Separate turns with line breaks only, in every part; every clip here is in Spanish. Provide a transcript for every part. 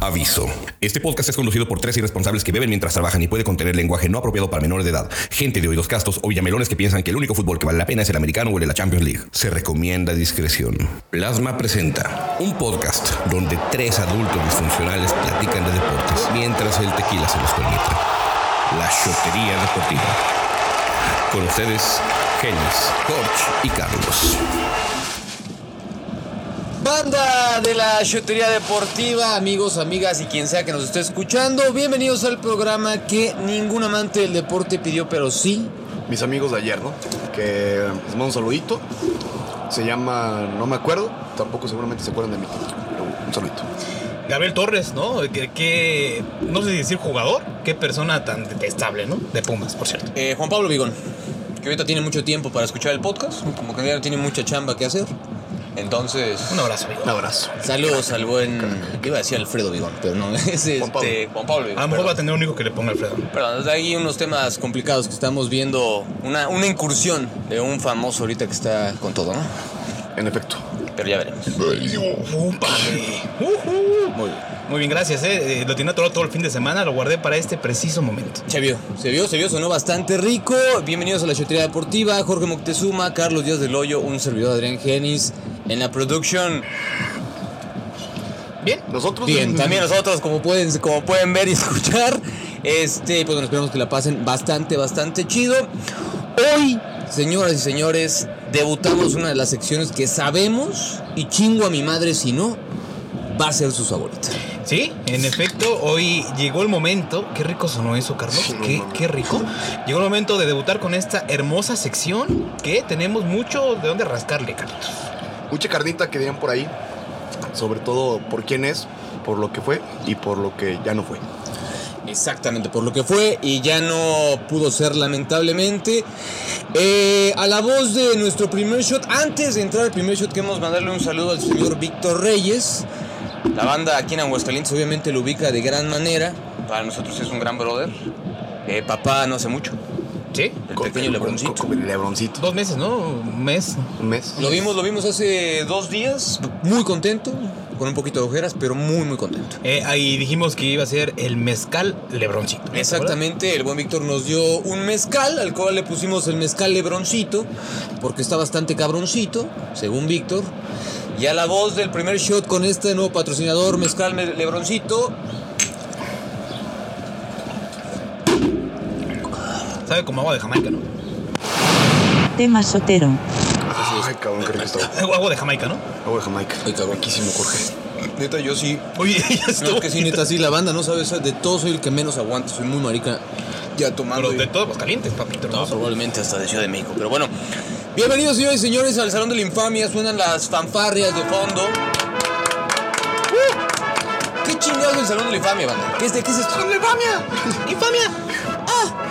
Aviso. Este podcast es conducido por tres irresponsables que beben mientras trabajan y puede contener lenguaje no apropiado para menores de edad, gente de oídos castos o villamelones que piensan que el único fútbol que vale la pena es el americano o el de la Champions League. Se recomienda discreción. Plasma presenta un podcast donde tres adultos disfuncionales platican de deportes mientras el tequila se los permite. La Shotería Deportiva. Con ustedes, Genis, George y Carlos.
Banda de la Chutería Deportiva, amigos, amigas y quien sea que nos esté escuchando, bienvenidos al programa que ningún amante del deporte pidió, pero sí.
mis amigos de ayer, ¿no? Que les mando un saludito. Se llama, no me acuerdo, tampoco seguramente se acuerdan de mí. pero Un saludito.
Gabriel Torres, ¿no? Que, que- no sé si decir jugador, qué persona tan detestable, ¿no? De Pumas, por cierto.
Eh, Juan Pablo Vigón, que ahorita tiene mucho tiempo para escuchar el podcast, como que ya no tiene mucha chamba que hacer. Entonces,
Un abrazo, amigo.
Un abrazo.
saludos al buen. Iba a decir Alfredo Vigón, pero no, es este. Juan
Juan
Pablo,
Pablo.
Vigón.
A lo mejor va a
perdón.
tener un hijo que le ponga Alfredo.
Perdón, hay unos temas complicados que estamos viendo. Una, una incursión de un famoso ahorita que está con todo, ¿no?
En efecto.
Pero ya veremos.
¡Úpale! ¡Ujú!
Muy bien.
Muy bien, gracias, ¿eh? Eh, Lo tenía atorado todo el fin de semana, lo guardé para este preciso momento.
Se vio, se vio, se vio, sonó bastante rico. Bienvenidos a la Chotería Deportiva. Jorge Moctezuma, Carlos Díaz del Hoyo, un servidor Adrián Genis. En la production,
Bien.
Nosotros.
bien, también nosotros, como pueden, como pueden ver y escuchar, este, pues bueno, esperamos que la pasen bastante, bastante chido. Hoy, señoras y señores, debutamos una de las secciones que sabemos, y chingo a mi madre si no, va a ser su favorita.
Sí, en efecto, hoy llegó el momento. Qué rico sonó eso, Carlos.
Sí, no
qué,
mames.
qué rico. Llegó el momento de debutar con esta hermosa sección que tenemos mucho de dónde rascarle, Carlos.
Mucha carnita que dirían por ahí. Sobre todo por quién es, por lo que fue y por lo que ya no fue.
Exactamente, por lo que fue y ya no pudo ser lamentablemente. Eh, a la voz de nuestro primer shot, antes de entrar al primer shot, queremos mandarle un saludo al señor Víctor Reyes. La banda aquí en Aguascalientes obviamente lo ubica de gran manera. Para nosotros es un gran brother. Eh, papá no hace mucho.
Sí.
El pequeño lebroncito.
con- con el lebroncito.
Dos meses, ¿no? Un mes.
Un mes.
Lo vimos, lo vimos hace dos días. Muy contento, con un poquito de ojeras, pero muy, muy contento.
Eh, ahí dijimos que iba a ser el mezcal lebroncito. ¿te acuerdas?
Exactamente, el buen Víctor nos dio un mezcal, al cual le pusimos el mezcal lebroncito, porque está bastante cabroncito, según Víctor. Y a la voz del primer shot con este nuevo patrocinador, mezcal Me- lebroncito,
Sabe como agua de Jamaica, ¿no?
Tema Sotero.
Ay, cabrón, qué rico estaba.
Eh, Agua de Jamaica, ¿no?
Agua de Jamaica.
este? Ay, cabrón.
Riquísimo, Jorge.
neta, yo sí.
Oye, ya estuvo.
No, que sí, neta, sí, la banda, no sabes, de todo soy el que menos aguanta, soy muy marica. Ya tomando.
Pero
y-
de todos los calientes, papito.
No,
hermoso.
probablemente hasta de Ciudad de México, pero bueno. Bienvenidos, señores y señores, al Salón de la Infamia. Suenan las fanfarrias de fondo. ¡Uh! ¿Qué chingados es el Salón de la Infamia, banda? ¿Qué es, de, ¿Qué es esto? ¡Salón de la Infamia! ¡Infamia! ¡Ah!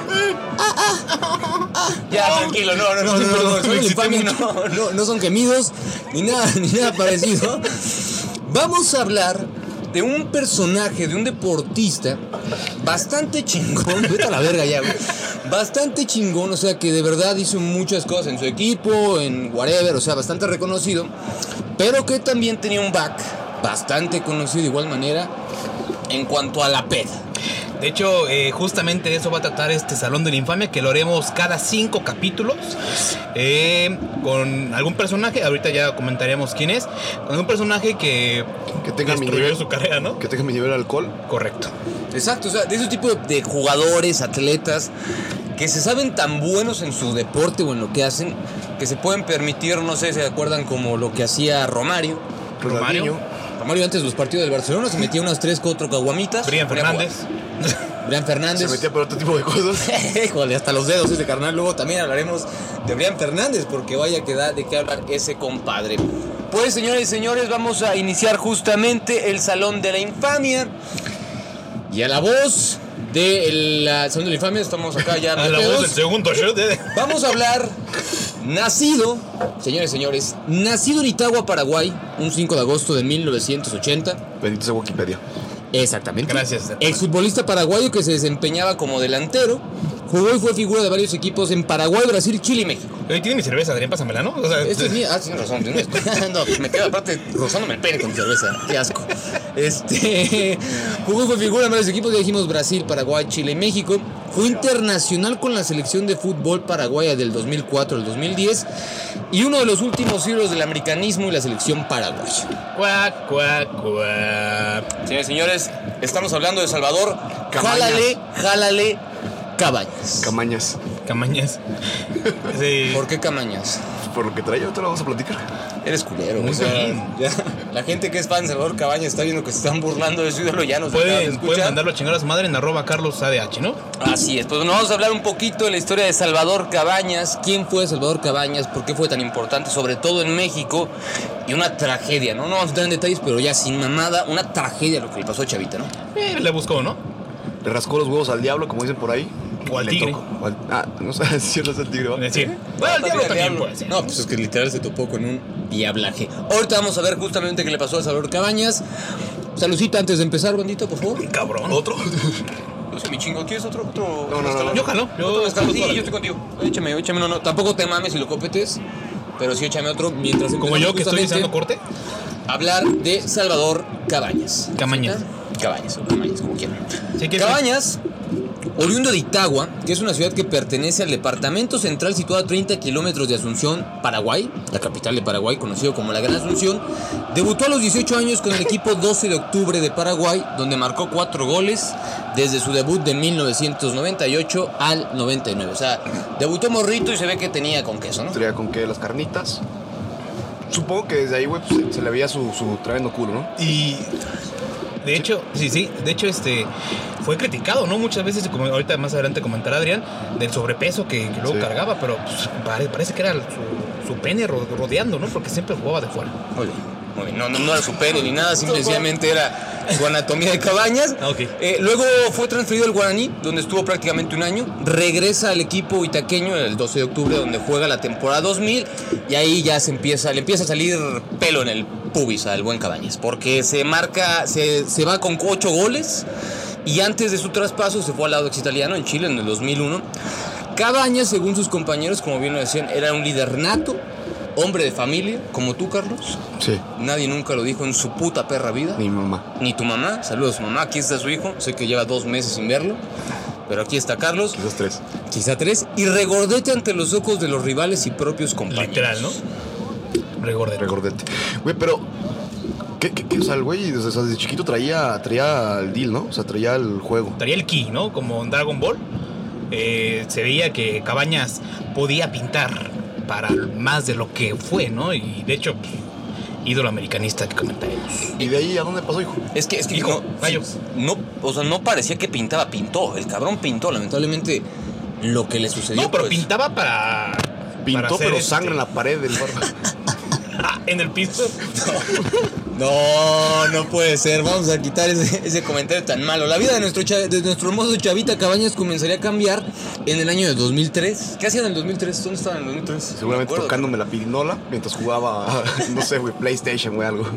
Ya, tranquilo, no, ¡Ah! no, no, no, no, no,
Existe
no, no, no, no son gemidos, ni nada, ni nada parecido. Vamos a hablar de un personaje, de un deportista bastante chingón, vete a la verga ya, güey. Bastante chingón, o sea, que de verdad hizo muchas cosas en su equipo, en whatever, o sea, bastante reconocido, pero que también tenía un back bastante conocido de igual manera en cuanto a la peda.
De hecho, eh, justamente de eso va a tratar este Salón de la Infamia, que lo haremos cada cinco capítulos eh, con algún personaje. Ahorita ya comentaremos quién es. Con algún personaje que,
Que tenga mi
destruyó
nivel.
su carrera, ¿no?
Que tenga mi nivel de alcohol.
Correcto.
Exacto, o sea, de ese tipo de, de jugadores, atletas, que se saben tan buenos en su deporte o en lo que hacen, que se pueden permitir, no sé, se acuerdan como lo que hacía Romario.
Romario.
Ronaldinho.
Romario antes de los partidos del Barcelona se metía unas 3, 4 caguamitas.
Brian
se ponía a
Fernández.
jugar. Brian Fernández.
Se metía por otro tipo de cosas.
Híjole, hasta los dedos ese carnal. Luego también hablaremos de Brian Fernández, porque vaya que da de qué hablar ese compadre. Pues, señores y señores, vamos a iniciar justamente el Salón de la Infamia. Y a la voz del Salón de la Infamia, estamos acá ya.
A la voz
metidos.
del segundo shot. eh.
Vamos a hablar. Nacido, señores y señores, nacido en Itagua, Paraguay, un 5 de agosto de 1980.
Bendito sea Wikipedia.
Exactamente.
Gracias.
Exfutbolista paraguayo que se desempeñaba como delantero, Jugó y fue figura de varios equipos en Paraguay, Brasil, Chile y México.
Oye, tiene mi cerveza, Adrián, pásamela, ¿no? O sea,
Esto es mío. Ah, tienes razón. yo no estoy- no, me quedo aparte rozándome el pene con cerveza. Qué asco. Este. Jugó y fue figura en varios equipos. Ya dijimos Brasil, Paraguay, Chile y México. Fue internacional con la selección de fútbol paraguaya del 2004 al 2010. Y uno de los últimos héroes del americanismo y la selección paraguaya.
Cuac, cuac, cuac.
Señores, señores, estamos hablando de Salvador.
Cabañas.
Jálale, jálale, Cabañas.
Camañas.
Camañas. Sí.
¿Por qué Camañas?
Por lo que trae, ahorita lo vamos a platicar.
Eres culero,
Muy
o sea,
bien.
ya, la gente que es fan de Salvador Cabañas está viendo que se están burlando de su ídolo, ya nos acaban de
Pueden,
escuchar.
pueden mandarlo a chingar a su madre en arroba carlos ADH, ¿no?
Así es, pues nos vamos a hablar un poquito de la historia de Salvador Cabañas, quién fue Salvador Cabañas, por qué fue tan importante, sobre todo en México, y una tragedia, ¿no? No vamos a entrar en detalles, pero ya sin mamada, una tragedia lo que le pasó a Chavita, ¿no?
Eh, le buscó, ¿no?
Le rascó los huevos al diablo, como dicen por ahí.
O al
Le
tigre.
tocó. O al- ah, no sé si no es el tigre,
Es
¿va?
decir, bueno, el diablo también puede ser.
No, pues es que literal se topó con un diablaje. Ahorita vamos a ver justamente qué le pasó a Salvador Cabañas. Salucita antes de empezar, bandito, por favor.
Cabrón. ¿Otro?
Yo soy mi chingo, ¿quieres otro? otro
No, no, no, no.
Yo jalo.
Otro
Yo
mezcal,
jalo
sí,
toda la
yo estoy contigo. Échame, échame uno, no. Tampoco te mames y lo copetes, pero sí échame otro mientras
Como
empezamos
yo que estoy
justamente
usando corte.
Hablar de Salvador Cabañas.
Cabañas.
Cabañas, o Cabañas, como quieran.
Sí, que-
Cabañas, oriundo de Itagua, que es una ciudad que pertenece al departamento central situado a 30 kilómetros de Asunción, Paraguay, la capital de Paraguay, conocido como la Gran Asunción, debutó a los 18 años con el equipo 12 de octubre de Paraguay, donde marcó 4 goles desde su debut de 1998 al 99. O sea, debutó morrito y se ve que tenía con queso, ¿no?
Traía con que las carnitas. Supongo que desde ahí, güey, pues, se le veía su, su tremendo culo, ¿no?
Y de hecho, sí, sí, de hecho este fue criticado, ¿no? Muchas veces, como ahorita más adelante comentará Adrián, del sobrepeso que, que luego
Sí.
cargaba, pero pues, pare- parece que era su, su pene ro- rodeando, ¿no? Porque siempre jugaba de fuera.
Muy bien, muy bien. No, no, no era su pene ni nada, simplemente era su anatomía de cabañas.
Ah, ok.
Eh, luego fue transferido al Guaraní, donde estuvo prácticamente un año. Regresa al equipo itaqueño el 12 de octubre, donde juega la temporada 2000. Y ahí ya se empieza, le empieza a salir pelo en el pubis al buen Cabañas, porque se marca, se, se va con 8 goles. Y antes de su traspaso se fue al lado italiano en Chile en el 2001. Cabañas, según sus compañeros, como bien lo decían, era un líder nato, hombre de familia, como tú, Carlos.
Sí.
Nadie nunca lo dijo en su puta perra vida. Ni,
Ni mamá.
tu mamá. Saludos a su mamá. Aquí está su hijo. Sé que lleva dos meses sin verlo. Pero aquí está Carlos.
Quizás tres.
Quizá tres. Y regordete ante los ojos de los rivales y propios compañeros.
Literal, ¿no? Regordero.
Regordete. Güey, pero. ¿Qué, qué, qué? O sea, el güey desde, o sea, desde chiquito traía, traía el deal, ¿no? O sea, traía el juego.
Traía el ki, ¿no? Como en Dragon Ball. Eh, se veía que Cabañas podía pintar para más de lo que fue, ¿no? Y de hecho, pues, ídolo americanista que comentaremos.
¿Y de ahí a dónde pasó, hijo?
Es que, es que
Hijo,
no,
rayos.
no, o sea, no parecía que pintaba, pintó. El cabrón pintó. Lamentablemente, lo que le sucedió.
No, pero
pues,
pintaba para. para
Pintó,
hacer,
pero
este,
sangre en la pared del barba.
ah, en el piso.
No, no puede ser. Vamos a quitar ese, ese comentario tan malo. La vida de nuestro, cha- de nuestro hermoso Chavita Cabañas comenzaría a cambiar en el año de 2003. ¿Qué hacían en el 2003? ¿Dónde estaban en el 2003?
Seguramente
No me acuerdo.
tocándome la pirinola mientras jugaba, no sé, güey, PlayStation, güey, algo.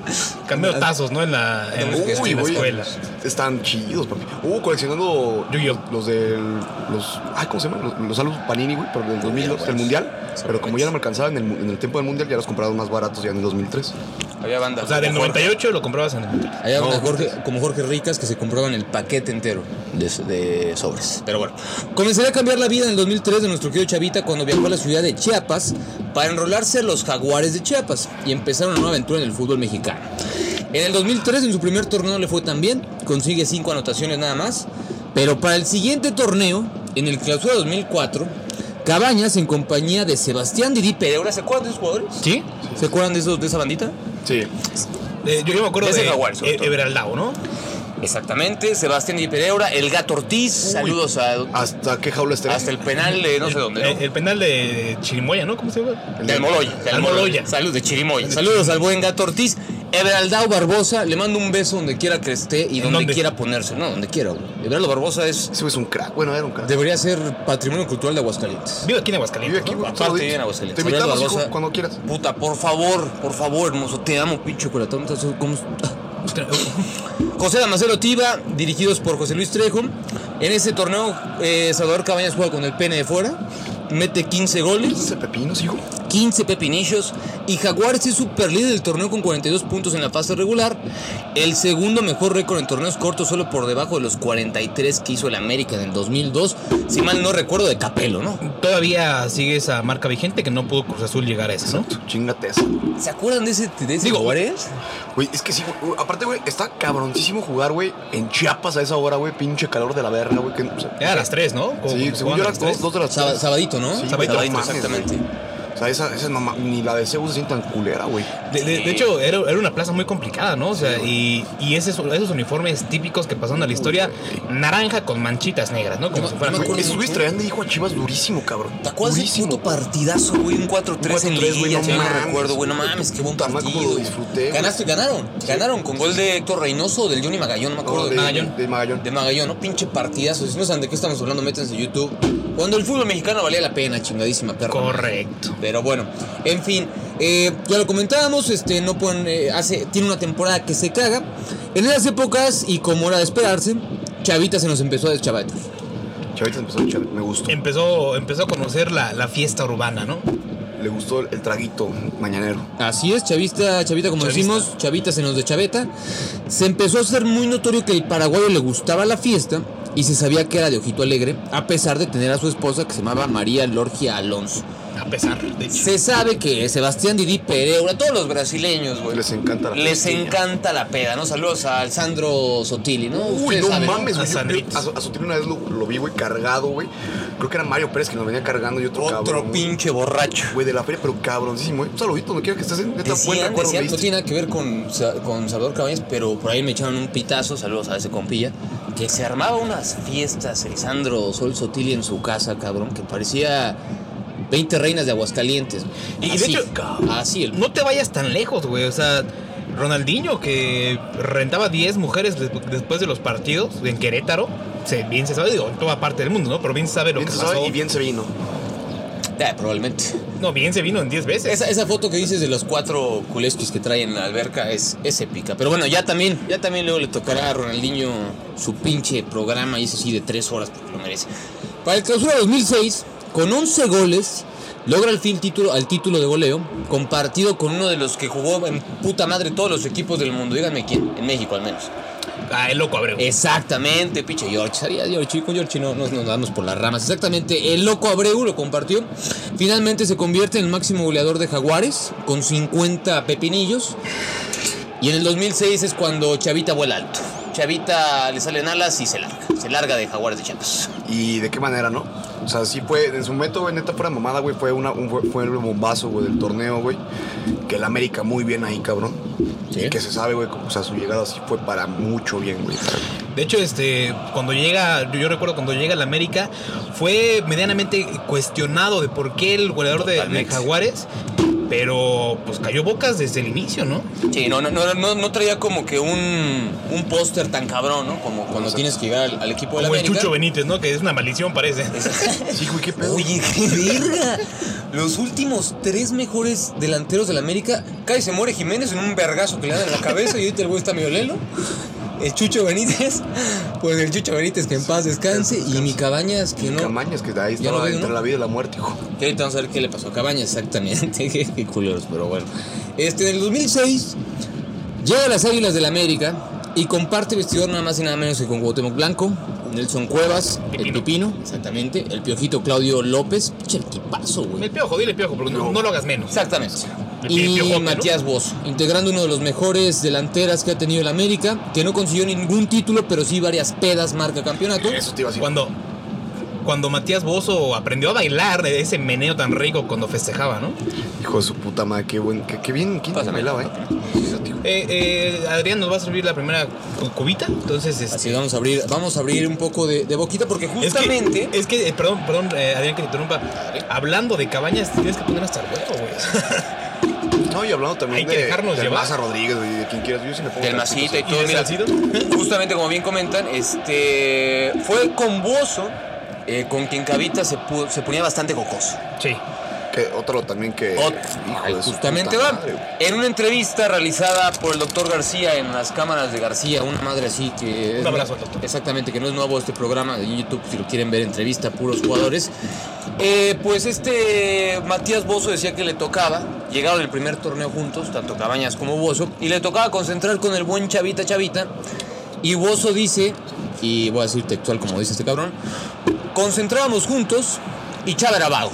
Cambió tazos, ¿no? En la, en, este,
Uy,
en la
güey,
escuela.
Están chidos, papi. Uh, coleccionando
Yu-Gi-Oh.
los del. Los, ay, ¿Cómo se llaman? Los, los álbumes Panini, güey, pero del 2002, del
buenos.
Mundial.
Son
Pero como
buenos.
ya no me alcanzaba en el, mu- en el tiempo del Mundial, ya los compraron más baratos ya en el 2003.
Había banda.
O sea, del
como Jorge.
98 lo comprabas en el.
Había
No,
banda Jorge- como Jorge Ricas que se compraban el paquete entero de, de sobres. Pero bueno, comenzaría a cambiar la vida en el 2003 de nuestro querido Chavita cuando viajó a la ciudad de Chiapas para enrolarse a los Jaguares de Chiapas y empezar una nueva aventura en el fútbol mexicano. En el 2003 en su primer torneo le fue tan bien, consigue 5 anotaciones nada más, pero para el siguiente torneo, en el clausura 2004, Cabañas en compañía de Sebastián Didi Pereira, ¿se acuerdan de esos jugadores?
¿Sí?
¿Se acuerdan de, esos, de esa bandita?
Sí.
Eh, yo, yo me acuerdo
De
de,
ese Jaguar, sobre
E-
todo.
Everaldao, ¿no?
Exactamente, Sebastián Di Pereira, el gato Ortiz, saludos a,
¿Hasta qué jaula estará?
hasta el penal de no sé dónde.
Eh, El, el penal de Chirimoya, ¿no? ¿Cómo se llama?
¿no? Del Moloya,
Al
del
Moloya.
Moloya. Saludos de Chirimoya. Saludos al buen gato Ortiz. Everaldao Barbosa, le mando un beso donde quiera que esté y donde
dónde?
quiera ponerse. No, donde quiera, güey. Everaldo Barbosa es.
Ese güey es un crack. Bueno, era un crack.
Debería ser patrimonio cultural de Aguascalientes.
Vive aquí en Aguascalientes.
Vive aquí,
¿no?
güey.
Aparte vive en Aguascalientes.
Te
Everaldo
invitamos, hijo,
Barbosa.
cuando quieras.
Puta, por favor, por favor, hermoso. Te amo, pinche corazón. ¿Cómo-
Usted-
José Damasceno Tiva, dirigidos por José Luis Trejo. En ese torneo, eh, Salvador Cabañas juega con el pene de fuera, mete 15 goles,
¿15 pepinos, hijo?
15 pepinillos y Jaguares es super líder del torneo con 42 puntos en la fase regular, el segundo mejor récord en torneos cortos solo por debajo de los 43 que hizo el América en el 2002, si mal no recuerdo de Capelo, ¿no?
Todavía sigue esa marca vigente que no pudo Cruz Azul llegar a esa, ¿no?
Chingate esa.
¿Se acuerdan de ese, de ese
Digo,
Jaguares?
Güey, es que sí, güey, aparte, güey, está cabroncísimo jugar, güey, en Chiapas a esa hora, güey, pinche calor de la verga, güey. que- o sea,
Era a las 3, ¿no? Como-
Sí,
como
según yo
a
era
las tres.
dos, dos de las
Saba-
tres.
sabadito, ¿no?
Sí,
Sabadito,
güey, no mames,
exactamente.
güey. O sea, esa, esa no ma- ni la de CEU se siente tan culera, güey.
De, de- de hecho, era, era una plaza muy complicada, ¿no? O sea, y, y ese- esos uniformes típicos que pasaron a la historia, naranja con manchitas negras, ¿no? Como
Yo-
si
yo
fueran
me acuerdo-
Esos güeyes traían de hijo a Chivas durísimo, cabrón.
¿Te acuerdas de ese
Durísimo.
puto partidazo, güey? Un 4-3 en
4-3, güey,
liguilla,
no
si no
mames.
recuerdo, güey. No mames, qué buen
Puta madre,
partido.
cómo lo disfruté, güey.
Ganaste, ganaron. Ganaron con gol de Héctor Reynoso o del Johnny Magallón, no me acuerdo.
No, de-
Magallón.
De Magallón.
De Magallón, ¿no? Pinche partidazo. Si no saben de qué estamos hablando, métanse a YouTube. Cuando el fútbol mexicano valía la pena, chingadísima perra.
Correcto.
Pero bueno, en fin, eh, ya lo comentábamos, este, no pueden, eh, hace, tiene una temporada que se caga. En esas épocas, y como era de esperarse, Chavita se nos empezó a deschavetar.
Chavita empezó a echar- me gustó.
Em- Empezó, empezó a conocer la, la fiesta urbana, ¿no?
Le gustó el, el traguito mañanero.
Así es, Chavista, Chavita, como
Chavista.
decimos, Chavita se nos de Chaveta. Se empezó a hacer muy notorio que el paraguayo le gustaba la fiesta y se sabía que era de ojito alegre, a pesar de tener a su esposa que se llamaba María Lorgia Alonso.
A pesar de hecho.
Se sabe que Sebastián Didi Pereira, todos los brasileños, güey.
Les encanta la
Les
fiesta.
encanta la peda, ¿no? Saludos al Sandro Sotili, ¿no?
Uy,
Ustedes
no
saben,
mames, güey.
A
Yo-
Sandritos.
yo- A, su- a su tío una vez lo, lo vi, güey, cargado, güey. Creo que era Mario Pérez que nos venía cargando y otro,
Otro
cabrón, güey.
pinche borracho.
Güey, de la feria, pero cabroncísimo, güey. Un saludito, no quiero que estés en neta buen
Decían,
recuerdo.
decían,
me
no
diste.
tiene nada que ver con, Sa- con Salvador Cabañas, pero por ahí me echaron un pitazo, saludos a ese compilla, que se armaba unas fiestas el Sandro Sol Sotili en su casa, cabrón, que parecía 20 reinas de Aguascalientes.
Y de
Así,
hecho,
así el...
No te vayas tan lejos, güey. O sea, Ronaldinho, que rentaba 10 mujeres des- después de los partidos en Querétaro, se- bien se sabe, digo, en toda parte del mundo, ¿no? Pero bien se sabe lo
Bien
que
se
pasó.
sabe y bien se vino.
Ah, probablemente.
No, bien se vino en 10 veces.
Esa, esa foto que dices de los cuatro culesquis que traen en la alberca es, es épica. Pero bueno, ya también, ya también luego le tocará a Ronaldinho su pinche programa, y eso sí, de tres horas, porque lo merece. Para el clausura 2006, con 11 goles, logra al fin título, al título de goleo, compartido con uno de los que jugó en puta madre todos los equipos del mundo. Díganme quién, en México al menos.
Ah, el loco Abreu.
Eh.
Exactamente, pinche George. Sabía George, y con George no nos, nos damos por las ramas. Exactamente, el loco Abreu lo compartió. Finalmente se convierte en el máximo goleador de Jaguares con 50 pepinillos. Y en el 2006 es cuando Chavita vuela alto. Chavita le salen alas y se larga. Se larga de Jaguares de Chiapas.
Y de qué manera, ¿no? O sea, sí fue, en su momento, güey, neta, fuera mamada, güey, fue, una, un, fue- fue el bombazo, güey, del torneo, güey. Que el América muy bien ahí, cabrón.
Sí.
Y que se sabe, güey, como- o sea, su llegada sí fue para mucho bien, güey.
De hecho, este, cuando llega, yo recuerdo cuando llega al América, fue medianamente cuestionado de por qué el goleador de- de,
Totalmente.
Jaguares, pero pues cayó bocas desde el inicio, ¿no?
Sí, no, no, no, no, no traía como que un, un póster tan cabrón, ¿no? Como cuando tienes que llegar al, al equipo de la
Como el
América.
Chucho Benítez, ¿no? Que es una maldición, parece.
Sí, güey, qué pedo.
Oye, qué verga. Los últimos tres mejores delanteros de la América. Cae se muere Jiménez en un vergazo que le dan en la cabeza y ahorita el güey está medio lelo. El Chucho Benítez, pues el Chucho Benítez que en paz descanse y mi Cabañas que no.
Camañas, que ahí
Ya lo
estaba
veo,
entre
¿no?
la vida y la muerte, hijo.
Que ahorita vamos a ver qué le pasó a Cabañas exactamente. qué, qué culeros, pero bueno. Este, en el 2006 llega a las Águilas del América y comparte vestidor nada más y nada menos que con Cuauhtémoc Blanco, Nelson Cuevas, el
Pepino.
Pepino, exactamente, el Piojito Claudio López. Pinche equipazo, güey.
El piojo, dile piojo, porque no, no lo hagas menos.
Exactamente.
El
Y
Piojote, ¿no?
Matías Bozo, integrando uno de los mejores delanteras que ha tenido el América, que no consiguió ningún título, pero sí varias pedas marca campeonato.
Eso te iba a decir.
Cuando, cuando Matías Bozo aprendió a bailar ese meneo tan rico cuando festejaba, ¿no?
Hijo de su puta madre, qué buen, qué, qué bien, qué bien
Pásame.
bailaba, eh. Fíjate, güey.
Eh, eh, Adrián nos va a servir la primera cu- cubita, entonces... este,
Así vamos a abrir, vamos a abrir un poco de, de boquita porque
Es que-
justamente
Es que, eh, perdón, perdón, eh, Adrián, que te interrumpa. Hablando de cabañas, tienes que poner hasta el huevo, güey.
No, y hablando también
Hay que
de,
dejarnos
del
llevar.
Maza Rodríguez, güey, de quien quieras. Yo sí me pongo
del
tantito,
Masita y
sí.
¿Y
todo,
de
mira,
Salcido?
justamente como bien comentan, este fue con Bozo eh, con quien Cavita se, pu- se ponía bastante cocoso.
Sí.
Que otro también que.
Ot-
hijo de su
Justamente
puta
va.
madre, güey.
En una entrevista realizada por el doctor García en las cámaras de García, una madre así que... es-
Un abrazo al doctor.
Exactamente, que no es nuevo este programa de YouTube, si lo
quieren ver entrevista a puros jugadores. Eh, pues este Matías Bozo decía que le tocaba, llegaron el primer torneo juntos, tanto Cabañas como Bozo, y le tocaba concentrar con el buen Chavita Chavita. Y Bozo dice, y voy a decir textual como dice este cabrón, concentrábamos juntos y Chava era vago.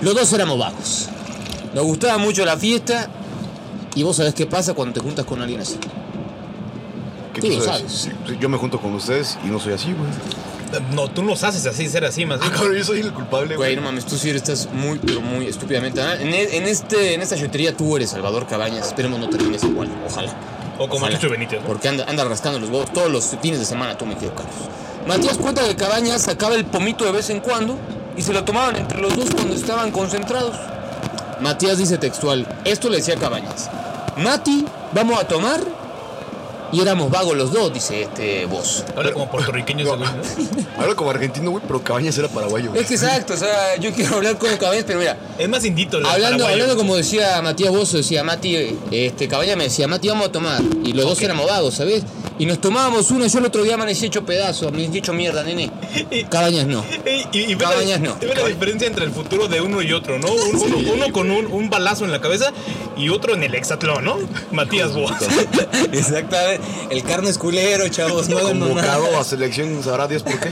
Los dos éramos vagos. Nos gustaba mucho la fiesta y vos sabés qué pasa cuando te juntas con alguien así.
¿Qué
Tú lo
quiso
sabes.
decir? Sí, pues, Yo me junto con ustedes y no soy así, güey.
No, tú los haces así, ser así más
Ah,
bien.
cabrón, yo soy el culpable,
Güey,
güey.
no mames, tú sí eres- estás muy, pero muy estúpidamente. ah, En, e- en este, en esta chutería tú eres Salvador Cabañas. Esperemos no termines igual, ojalá.
O como
Ojalá.
Chucho Benítez, ¿no?
Porque anda, anda rascando los huevos todos los fines de semana, tú me quedo Carlos. Matías cuenta que Cabañas sacaba el pomito de vez en cuando y se lo tomaban entre los dos cuando estaban concentrados. Matías dice textual, esto le decía Cabañas. Mati, vamos a tomar. Y éramos vagos los dos, dice este voz.
Habla como puertorriqueño ese güey, ¿no?
Hablo como argentino, güey, pero Cabañas era paraguayo, güey.
Es que exacto, o sea, yo quiero hablar con Cabañas, pero mira,
Es más indito. el
Hablando,
paraguayo.
hablando como decía Matías Bozo, decía Mati, eh, este Caballa me decía, Mati, vamos a tomar. Y los dos éramos vagos, ¿sabes? Y nos tomábamos uno, yo el otro día amanecí hecho pedazo, me he hecho mierda, nene. Cabañas no.
Ey, Y, y ve
Cabañas
la,
no.
ve la diferencia entre el futuro de uno y otro, ¿no? Un- uno, uno con un, un balazo en la cabeza y otro en el hexatlón, ¿no? Matías Boas.
Exactamente. El carne es culero, chavos. No hagan mamadas.
Convocado a selección, sabrá Dios por qué.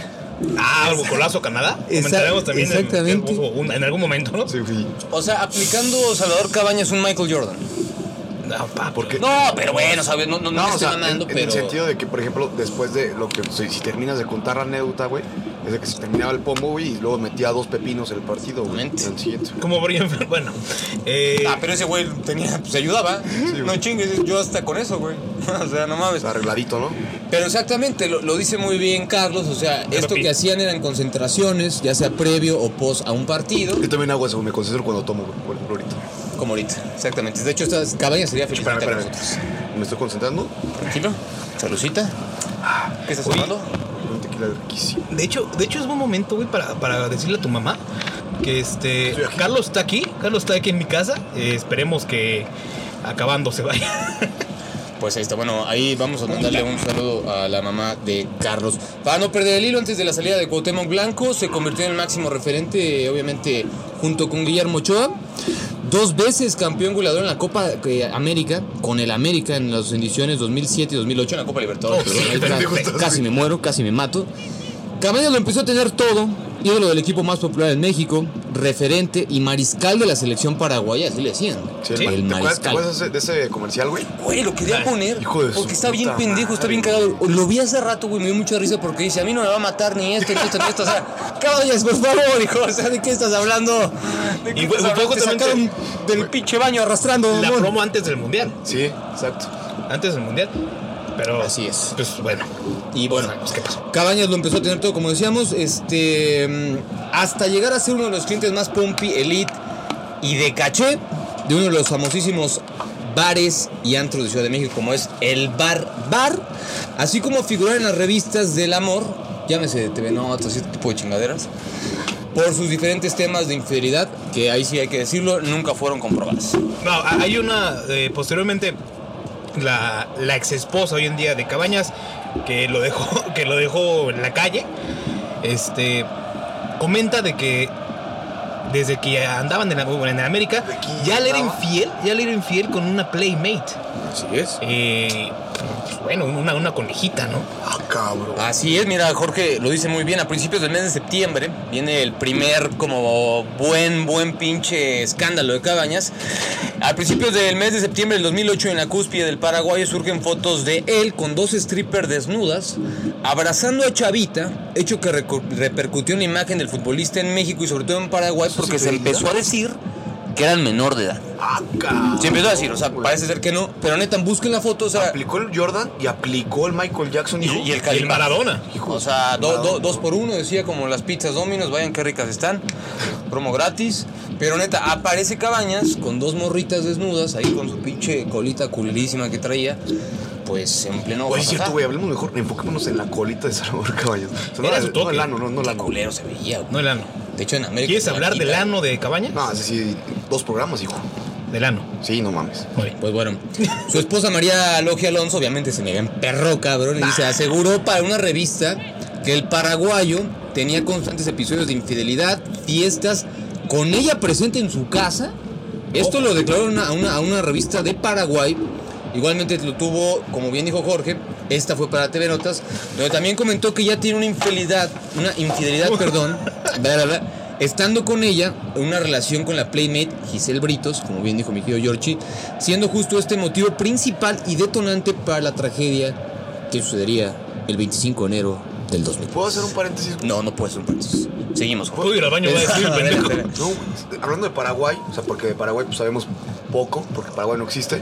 Ah, algo golazo Canadá.
Exact-
Comentaremos también en-
exactamente.
En, un- en algún momento, ¿no?
Sí, güey.
O sea, aplicando Salvador Cabañas un Michael Jordan.
No, pa,
¿Por qué?
No, pero bueno, ¿sabes? No, no, no,
No,
me
o
estoy
sea, en-
mamando,
en,
pero.
el sentido de que, por ejemplo, después de lo que, si, si terminas de contar la anécdota, güey, es de que se terminaba el pomo, güey, y luego metía dos pepinos en el partido, güey. En
Exactamente.
el siguiente.
Como Brian, bueno. eh,
Ah, pero ese güey tenía, se ayudaba.
güey.
no chingues, yo hasta con eso, güey. o sea, no mames.
Está arregladito, ¿no?
Pero exactamente, lo, lo dice muy bien Carlos, o sea, esto
repito.
que hacían eran concentraciones, ya sea previo o post a un partido.
Yo también hago eso, me concentro cuando tomo, güey, por ejemplo, ahorita.
Como ahorita, exactamente. De hecho, estas cabañas sería feliz
Espérame,
ahorita
espérame.
con nosotros.
Me estoy concentrando.
Tranquilo, salucita. ¿Qué estás
Oye.
tomando?
Un tequila riquísimo.
de, hecho, de hecho, es buen momento, güey, para, para decirle a tu mamá que este.
Estoy aquí.
Carlos está aquí, Carlos está aquí en mi casa. eh, esperemos que acabando se vaya.
Pues ahí está, bueno, ahí vamos a mandarle un saludo a la mamá de Carlos. Para no perder el hilo, antes de la salida de Cuauhtémoc Blanco, se convirtió en el máximo referente, obviamente, junto con Guillermo Ochoa. Dos veces campeón goleador en la Copa eh, América, con el América en las ediciones 2007 y 2008 en la Copa Libertadores.
Oh, sí,
Ahí está,
pendejo, estás
casi me muero, casi me mato. Cabañas lo empezó a tener todo, ídolo del equipo más popular en México, referente y mariscal de la selección paraguaya, así le decían.
Sí, ¿te,
Sí,
el
acuerdas, ¿Te
mariscal.
acuerdas de ese- de ese comercial, güey?
Güey, lo quería poner.
hijo de su
porque está bien
puta
pendejo, está
madre,
bien cagado. Lo vi hace rato, güey, me dio mucha risa porque dice, a mí no me va a matar ni esto, ni esto, ni esto. O sea, caballas, por favor, hijo. O sea, ¿de qué estás hablando? ¿De qué
Y, güey,
estás
fue
hablando? Te
justamente-
sacaron del pinche baño arrastrando,
La
mamón.
promo antes del mundial.
Sí, exacto.
Antes del mundial. Pero.
Así es.
Pues bueno.
Y bueno,
pues, ¿qué pasó?
Cabañas lo empezó a tener todo, como decíamos, este, mm, hasta llegar a ser uno de los clientes más pompi, elite y de caché de uno de los famosísimos bares y antros de Ciudad de México, como es el Bar Bar, así como figurar en las revistas del amor, llámese TV Notas, ese tipo de chingaderas, por sus diferentes temas de infidelidad, que ahí sí hay que decirlo, nunca fueron comprobadas.
No, ha- hay una. eh, posteriormente, la, la ex esposa hoy en día de Cabañas, que lo dejó, que lo dejó en la calle, este. Comenta de que. Desde que andaban en, la- bueno, en América,
que
ya le era
andaba.
infiel, ya le era infiel con una playmate.
Así es.
Eh, pues, bueno, una, una conejita, ¿no?
Ah, cabrón.
Así es, mira, Jorge lo dice muy bien. A principios del mes de septiembre viene el primer, como buen, buen pinche escándalo de Cabañas. A principios del mes de septiembre del 2008, en la cúspide del Paraguay, surgen fotos de él con dos strippers desnudas, abrazando a Chavita, hecho que recu- repercutió en la imagen del futbolista en México y sobre todo en Paraguay, porque se empezó a decir que eran menor de edad.
Ah, cabrón.
Se empezó a decir, o sea,
güey.
parece ser que no, pero neta, busquen la foto, o sea,
Aplicó el Jordan y aplicó el Michael Jackson,
y,
hijo.
y el
Y el
Califa.
Maradona.
O sea, do- do-
Maradona.
dos por uno, decía como las pizzas Dominos, vayan qué ricas están. Promo gratis. Pero neta, aparece Cabañas con dos morritas desnudas, ahí con su pinche colita culerísima que traía. Pues en pleno
Oye, es
Guadalajara.
cierto, güey, hablemos mejor, enfoquémonos en la colita de Salvador Caballos. O sea,
Era
no,
su
no
toque.
el ano, no, no el
Qué
ano.
culero se veía, güey.
No el ano.
De De hecho, en América.
¿Quieres
se la
hablar del
quita.
ano de Cabañas?
No, ese sí, dos programas, hijo.
Del ano.
Sí, no mames.
Muy bien.
Pues bueno, su esposa María Logia Alonso obviamente se mega emperró, cabrón, y se aseguró para una revista que el paraguayo tenía constantes episodios de infidelidad, fiestas, con ella presente en su casa. Esto lo declaró una- a, una, a una revista de Paraguay. Igualmente lo tuvo, como bien dijo Jorge, esta fue para TV Notas, donde también comentó que ya tiene una infidelidad, una infidelidad, perdón, bla, bla, bla, estando con ella en una relación con la playmate Giselle Britos, como bien dijo mi tío Giorgi, siendo justo este motivo principal y detonante para la tragedia que sucedería el 25 de enero del 2000.
¿Puedo hacer un paréntesis?
No, no puede ser un paréntesis. Seguimos, Jorge.
Puedo ir al baño, va a decir,
Espera,
pendejo.
espera.
No, güey. hablando de Paraguay, o sea, porque de Paraguay pues, sabemos poco, porque Paraguay no existe.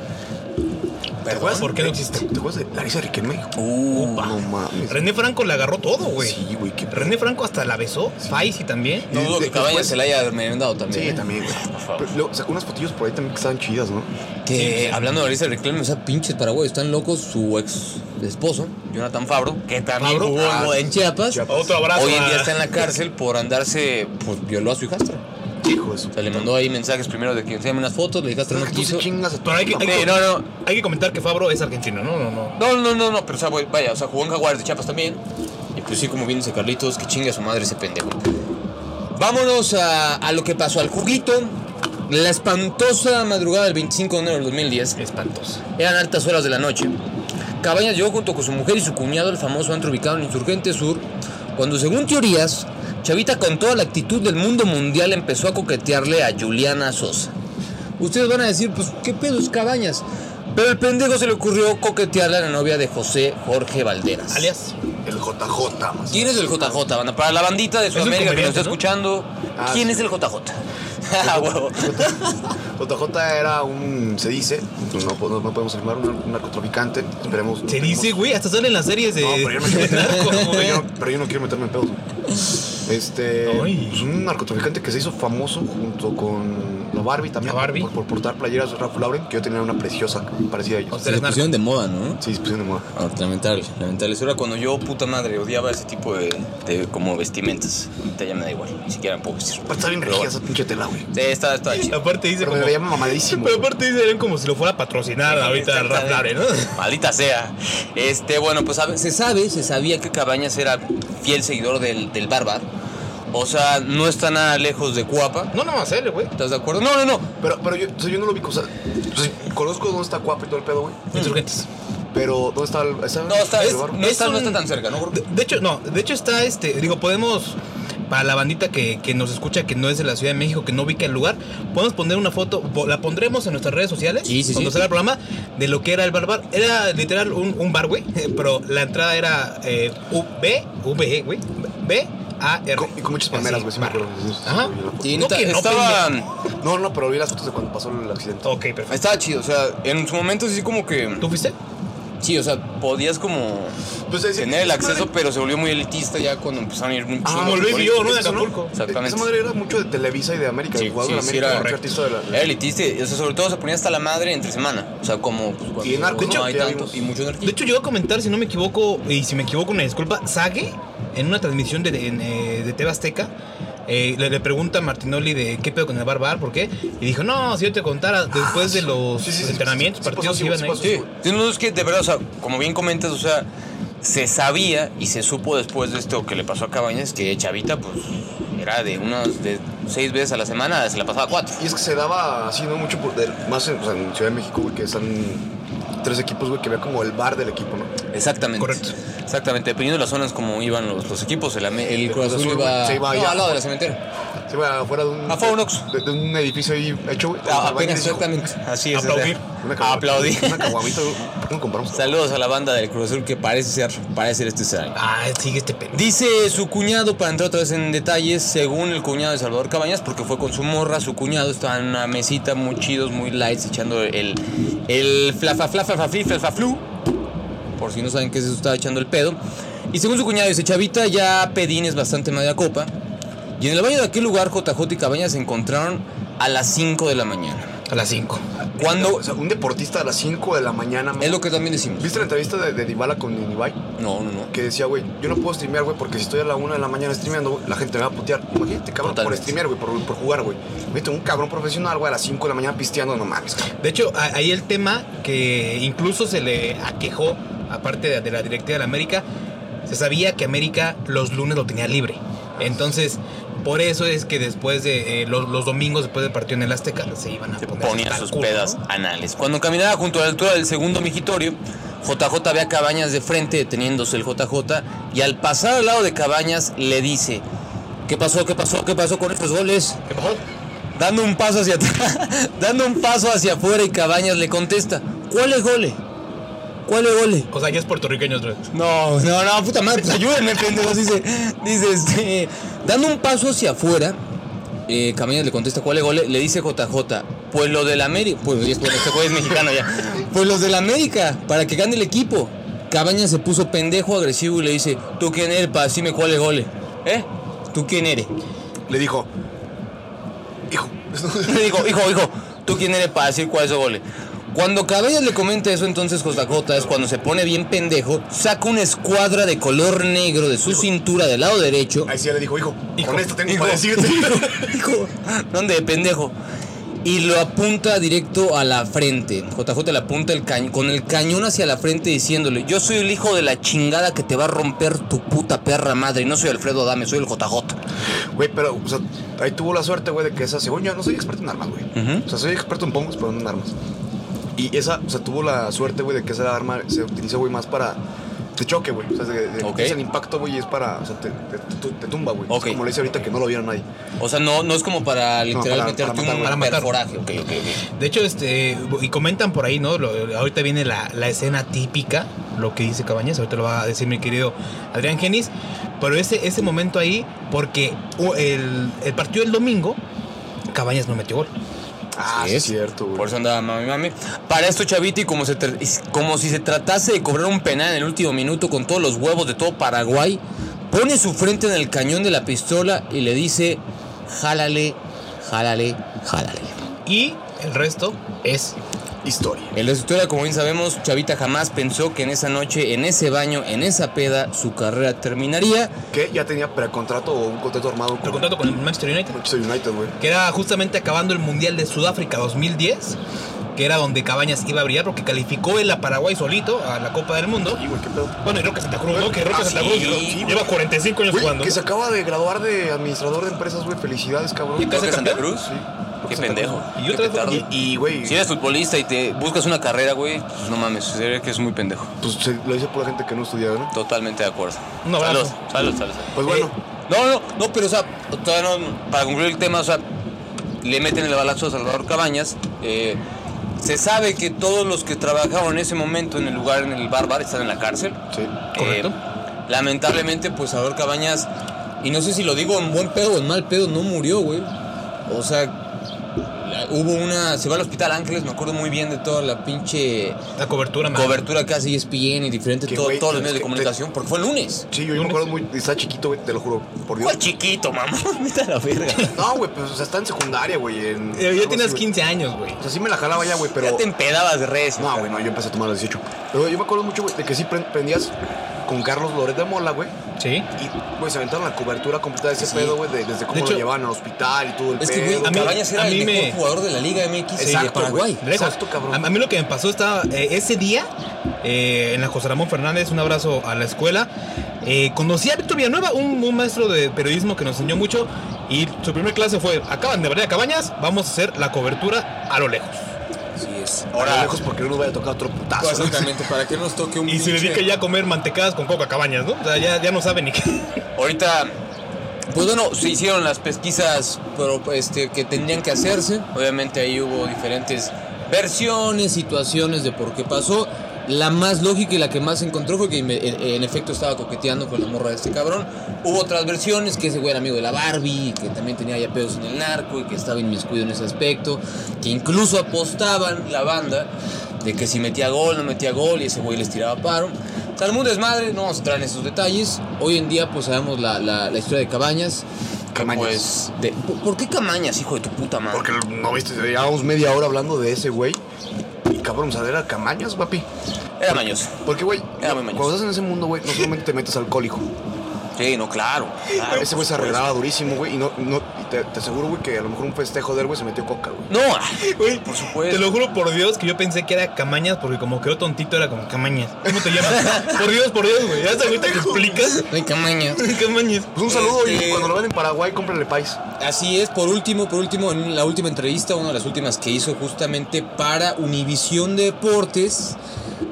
¿Te acuerdas?
¿Por qué no existe?
¿Te acuerdas de Larisa Riquelme? hijo?
Uh,
No mames.
René Franco la agarró todo, güey.
Sí, güey, qué-
René Franco hasta la besó. Faisy también.
No dudo que
de-
Cabañas
después-
se la haya merendado también.
Sí,
¿eh?
también, güey.
Por favor.
Pero luego sacó unas fotillos por ahí también que estaban chidas, ¿no?
Que hablando de Larissa Reclame, o sea, pinches paraguayos están locos. Su ex esposo, Jonathan Fabro, que también
Fabro,
jugó
ah,
en Chiapas.
Chiapas.
Otro abrazo.
Hoy en
a-
día está en la cárcel por andarse, pues violó a su hijastra.
Hijo de su
O sea, le mandó ahí mensajes primero de que enséñame unas fotos, la hijastra
Es
no
que tú sí
quiso.
chingas a tu
Pero hay que-
mamá.
hay
Sí, no, no.
Hay que comentar que Fabro es argentino, ¿no? No, no.
No, no, no, no, pero o sea, güey, vaya, o sea, jugó en Jaguares de Chiapas también. Y pues sí, como bien dice Carlitos, que chingue a su madre ese pendejo. Vámonos a, a lo que pasó al juguito. La espantosa madrugada del 25 de enero del 2010.
Espantoso.
Eran altas horas de la noche. Cabañas llegó junto con su mujer y su cuñado al famoso antro ubicado en Insurgente Sur, cuando según teorías, Chavita con toda la actitud del mundo mundial empezó a coquetearle a Juliana Sosa. Ustedes van a decir, pues, ¿qué pedos Cabañas? Pero el pendejo se le ocurrió coquetearle a la novia de José Jorge Valderas.
Alias.
El JJ, más.
¿Quién es el JJ, banda? Para la bandita de
un
Sudamérica que nos está
comediante, ¿no?
escuchando,
Ah,
¿quién
sí.
es el JJ? Ah, huevo.
JJ era un, se dice, pues no, po- no- no podemos afirmar, un, un narcotraficante. Esperemos.
Se dice, güey, hasta salen las series de.
No, pero yo no quiero,
de narcos,
pero
güey.
yo no- pero yo no quiero meterme en pedos. güey. Este.
Ay.
pues, un narcotraficante que se hizo famoso junto con la Barbie también.
La Barbie.
Por, por portar playeras de Ralph Lauren, que yo tenía una preciosa parecida a
O
ellos.
sea, eres narco.
de moda, ¿no?
Sí, pues de moda.
Ah, lamentable, lamentable. Eso era cuando yo, puta madre, odiaba ese tipo de, de como vestimentas. Ahorita ya me da igual, ni siquiera me puedo vestir.
Pero está bien
Pero
regida
bueno.
esa pinche tela, güey.
Sí, está, está chido.
Aparte dice.
Pero
como-
me veía mamadísimo.
Pero aparte dice, eran como si lo fuera a patrocinar ahorita
Exactamente.
Rap Lauren, ¿no?
Maldita sea. Este, bueno, pues sabe- se sabe, se sabía que Cabañas era fiel seguidor del, del Bárbar. O sea, no está nada lejos de Cuapa.
No, no, más él, güey.
¿Estás de acuerdo? No, no, no.
Pero, pero yo, o sea, yo no lo vi, o sea, o sea, conozco dónde está Cuapa y todo el pedo, güey.
Insurgentes.
Pero, ¿dónde está el.? esa-
No está,
el
es-
bar?
no está,
un-
no está tan cerca, ¿no?
De, de hecho, no, de hecho está este, digo, podemos, para la bandita que, que nos escucha, que no es de la Ciudad de México, que no ubica el lugar, podemos poner una foto, po- la pondremos en nuestras redes sociales,
Sí, sí,
cuando
sí.
salga el programa, de lo que era el barbar. Era literal un, un bar, güey, eh, pero la entrada era eh, U- B, V, E, güey, B, A, R.
Y con- y con muchas palmeras, güey, sí me
bar.
acuerdo.
Ajá.
Sí,
No,
neta,
que no,
estaba,
No, no, pero vi las fotos de cuando pasó el accidente.
Ok, perfecto.
estaba chido, o sea, en su momento sí como que...
¿Tú fuiste?
Sí, o sea, podías como
Pues, es-
tener el
esa madre-
acceso, pero se volvió muy elitista ya cuando empezaron a ir un
Ah,
chingo.
Como el Baby
Eso,
O, ¿no? De
eso,
Acapulco.
Exactamente.
Esa madre era mucho de Televisa y de América,
Sí,
de jugador
sí,
de
sí,
América,
era
mucho
correcto.
artista de la.
Era elitista, y, o sea, sobre todo se ponía hasta la madre entre semana. O sea, como pues, cuando
Y en Arcos,
no
¿no?
hay
Que ya
tanto,
vimos.
y mucho anarquía.
De hecho, llegó a comentar, si no me equivoco, y si me equivoco, una disculpa, Sage, en una transmisión de, en, eh, de TV Azteca, eh, le, le pregunta a Martinoli de qué pedo con el barbar, por qué, y dijo, no, si yo te contara, después de los
Ah, Sí, sí, sí, sí,
entrenamientos,
sí,
partidos
sí,
que iban ¿eh?
sí,
ahí.
sí,
Sí, sí, no, es que de verdad, o sea, como bien comentas, o sea, se sabía y se supo después de esto que le pasó a Cabañas que Chavita, pues, era de unas de seis veces a la semana, se la pasaba cuatro.
Y es que se daba así, ¿no? Mucho por, del- más en, o sea, en Ciudad de México, güey, que están tres equipos, güey, que vea como el bar del equipo, ¿no?
Exactamente.
Correcto.
Exactamente, dependiendo de las zonas como iban los, los equipos, el, Ame- el Cruz
Cruz
Azul
Azul
iba,
se iba
no,
allá.
al lado de la cementerio.
Se iba afuera de un.
Afuera un Oxxo.
de, de un edificio ahí hecho, güey.
Ah,
con
apenas
albañiles, hijo.
exactamente. Así es.
Aplaudir.
Una
A
caguamita,
aplaudir.
Una caguamita, güey. ¿Por qué no compramos?
Saludos a la banda del Cruz Azul que parece ser, parece ser este año.
Ah, sigue este pendejo.
Dice su cuñado, para entrar otra vez en detalles, según el cuñado de Salvador Cabañas, porque fue con su morra, su cuñado estaba en una mesita muy chidos, muy lights, echando el, el flafa, flafa, flafi, flafa, flu. Por si no saben qué es eso, estaba echando el pedo. Y según su cuñado, dice, Chavita, ya Pedín es bastante media copa. Y en el baño de aquel lugar, JJ y Cabañas se encontraron a las 5 de la mañana.
A las 5.
Cuando.
O sea, un deportista a las 5 de la mañana.
Es
man.
lo que también decimos.
¿Viste la entrevista de, de Dybala con Ibai?
No, no, no.
Que decía, güey, yo no puedo streamear, güey, porque si estoy a la 1 de la mañana streameando, güey, la gente me va a putear. Imagínate, cabrón, por
Totalmente.
streamear, güey, por, por jugar, güey. Viste, un cabrón profesional, güey, a las 5 de la mañana pisteando, no mames, cabrón.
De hecho, a- ahí el tema que incluso se le aquejó, aparte de, de la directiva de la América, se sabía que América los lunes lo tenía libre. Entonces, por eso es que después de eh, los, los domingos, después del partido en el Azteca, se iban a
Se
poner
ponía
hasta el
sus
culo,
pedas
¿no?
anales. Cuando caminaba junto a la altura del segundo migitorio, JJ ve a Cabañas de frente, deteniéndose el JJ, y al pasar al lado de Cabañas le dice: ¿Qué pasó? ¿Qué pasó? ¿Qué pasó con estos goles?
¿Qué pasó?
Dando un paso hacia atrás, dando un paso hacia afuera y Cabañas le contesta: ¿Cuál es gole? ¿Cuál es gole?
O sea, ya es puertorriqueño otra vez.
No, no, no, puta madre, pues ayúdenme, pendejos. Dice, dice, este, dando un paso hacia afuera, eh, Cabañas le contesta cuál es gole, le dice JJ, pues lo del América, pues ya es- bueno, este juez es mexicano ya, pues los del América, para que gane el equipo. Cabañas se puso pendejo agresivo y le dice, ¿tú quién eres para decirme cuál es gole? ¿Eh? ¿Tú quién eres?
Le dijo, hijo,
Le digo, hijo, hijo, ¿tú quién eres para decir cuál es el gole? Cuando Cabellas le comenta eso, entonces Jotacota es cuando se pone bien pendejo, saca una escuadra de color negro de su cintura del lado derecho.
ahí sí ya le dijo, hijo,
Hijo,
con esto tengo
Hijo,
para decirte.
hijo, ¿dónde de pendejo? Y lo apunta directo a la frente. JJ le apunta el cañón con el cañón hacia la frente diciéndole, yo soy el hijo de la chingada que te va a romper tu puta perra madre. Y no soy Alfredo Adame, soy el JJ.
Güey, pero, o sea, ahí tuvo la suerte, güey, de que esa, según yo, no soy experto en armas, güey. O sea, soy experto en bombas, pero no en armas. Y esa, o sea, tuvo la suerte, güey, de que esa arma se utiliza, güey, más para. Te choque, güey. O sea, de, de-
Ok.
es el impacto, güey, y es para. O sea, te, te- te- te tumba, güey.
Ok.
Es Como le dice ahorita que no lo vieron nadie.
O sea, no, no es como para literal
para-
meterte
para matar,
un
para matar.
perforaje. Ok, ok, ok.
De hecho, este, y comentan por ahí, ¿no? Lo- ahorita viene la, la escena típica, lo que dice Cabañas, ahorita lo va a decir mi querido Adrián Genis, pero ese, ese momento ahí, porque u- el, el partido del domingo, Cabañas no metió gol.
Ah,
Así
sí,
es.
es cierto, güey.
Por eso andaba mami mami. Para esto, Chavita, y como, se tra- y como si se tratase de cobrar un penal en el último minuto con todos los huevos de todo Paraguay, pone su frente en el cañón de la pistola y le dice: Jálale, jálale, jálale.
Y el resto es
Historia.
El resultado, como bien sabemos, Chavita jamás pensó que en esa noche, en ese baño, en esa peda, su carrera terminaría.
Que ya tenía precontrato o un contrato armado
el
con
contrato con el Manchester United,
Manchester United, güey.
que era justamente acabando el Mundial de Sudáfrica 2010, que era donde Cabañas iba a brillar porque calificó él a Paraguay solito a la Copa del Mundo.
Y, güey, qué pedo.
Bueno, y Roque Santa Cruz, ¿no? Que Roque
Ah,
Santa
sí,
Cruz
sí,
lleva 45 años
Güey,
jugando.
que se acaba de graduar de administrador de empresas, güey. Felicidades, cabrón.
¿Y qué hace
Roque Santa
campeón?
Cruz?
Sí.
Qué
Santa
pendejo.
Y
qué
otra vez
petardo.
fue-
Y, y, güey,
Si eres futbolista y te buscas una carrera, güey, pues no mames, se ve que es muy pendejo.
pues se- lo dice por la gente que no estudia, ¿no?
Totalmente de acuerdo.
Un abrazo.
Salud, salud, salud.
Pues bueno.
no, no, no, pero o sea, todavía no, para concluir el tema, o sea, le meten el balazo a Salvador Cabañas. eh, se sabe que todos los que trabajaban en ese momento en el lugar, en el bar, bar, están en la cárcel.
Sí.
Correcto.
Eh, lamentablemente, pues Salvador Cabañas, y no sé si lo digo en buen pedo o en mal pedo, no murió, güey. O sea, la- hubo una. Se va al hospital Ángeles, me acuerdo muy bien de toda la pinche
La cobertura, man.
cobertura que hace E ESPN y diferente,
Que,
todo-
güey,
todos los
es
medios de
que te-
comunicación, porque fue el lunes.
Sí, yo, yo me acuerdo muy. Estaba chiquito, güey, te lo juro. Por Dios.
Fue chiquito, mamá, vete a la verga.
No, güey, pues o sea, está en secundaria, güey. en-
Eh,
algo
ya
así,
tenías
güey.
15 años, güey.
O sea, sí me la jalaba ya, güey, pero.
Ya te empedabas de redes.
No, güey, no, yo empecé a tomar a los 18. Pero yo me acuerdo mucho, güey, de que sí pre- prendías con Carlos Loret de Mola, güey.
Sí.
Y, güey, se aventaron la cobertura completa de ese pedo, güey, de- desde cómo
De
lo
hecho-
llevaban al hospital y todo el
Es que,
pedo.
güey,
A mí-
Cabañas era
a mí
el mejor
me-
jugador de la Liga MX y de
Exacto,
Paraguay.
güey.
De lejos.
Exacto, cabrón.
A, a mí lo que me pasó estaba eh, ese día eh, en la José Ramón Fernández, un abrazo a la escuela. eh, conocí a Víctor Villanueva, un, un maestro de periodismo que nos enseñó mucho. Y su primera clase fue: Acaban de variar cabañas, vamos a hacer la cobertura a lo lejos.
Así es.
Ahora
Ahora,
lejos porque no nos vaya a tocar otro putazo. güey.
exactamente, para que nos toque un
Y se
pinche-
dedica ya a comer mantecadas con coca cabañas, ¿no? O sea, ya, ya no sabe ni qué.
Ahorita, pues bueno, se hicieron las pesquisas pero, este, que tendrían que hacerse. Obviamente ahí hubo diferentes versiones, situaciones de por qué pasó. La más lógica y la que más se encontró fue que me- en, en efecto estaba coqueteando con la morra de este cabrón. Hubo otras versiones, que ese güey era amigo de la Barbie, y que también tenía ya pedos en el narco y que estaba inmiscuido en ese aspecto. Que incluso apostaban la banda de que si metía gol, no metía gol y ese güey les tiraba paro. O sea, el mundo es madre, no vamos a entrar en esos detalles. Hoy en día, pues sabemos la, la- la historia de Cabañas. que, pues,
Camañas.
de- ¿por- ¿Por qué Cabañas, hijo de tu puta madre?
Porque no viste, llevábamos media hora hablando de ese, güey. cabrón, o sea, era camañas, papi.
Era mañoso.
Porque, güey,
Era muy mañoso.
cuando estás en ese mundo, güey, no solamente te metes alcohólico.
Sí, no, claro. claro,
ese güey se
por supuesto.
arreglaba durísimo, güey, y no, no, y te, te aseguro, güey, que a lo mejor un festejo de él, güey, se metió coca, güey.
No, ah,
Güey,
por supuesto.
Te lo juro por Dios que yo pensé que era Camañas porque como quedó tontito era como Camañas. ¿Cómo te llamas? por Dios, por Dios, güey. Hasta ahorita que explicas.
Ay, camaña.
Camañas.
Pues un saludo,
Este-
y cuando lo ven en Paraguay, cómprenle país.
Así es, por último, por último, en la última entrevista, una de las últimas que hizo justamente para Univisión Deportes,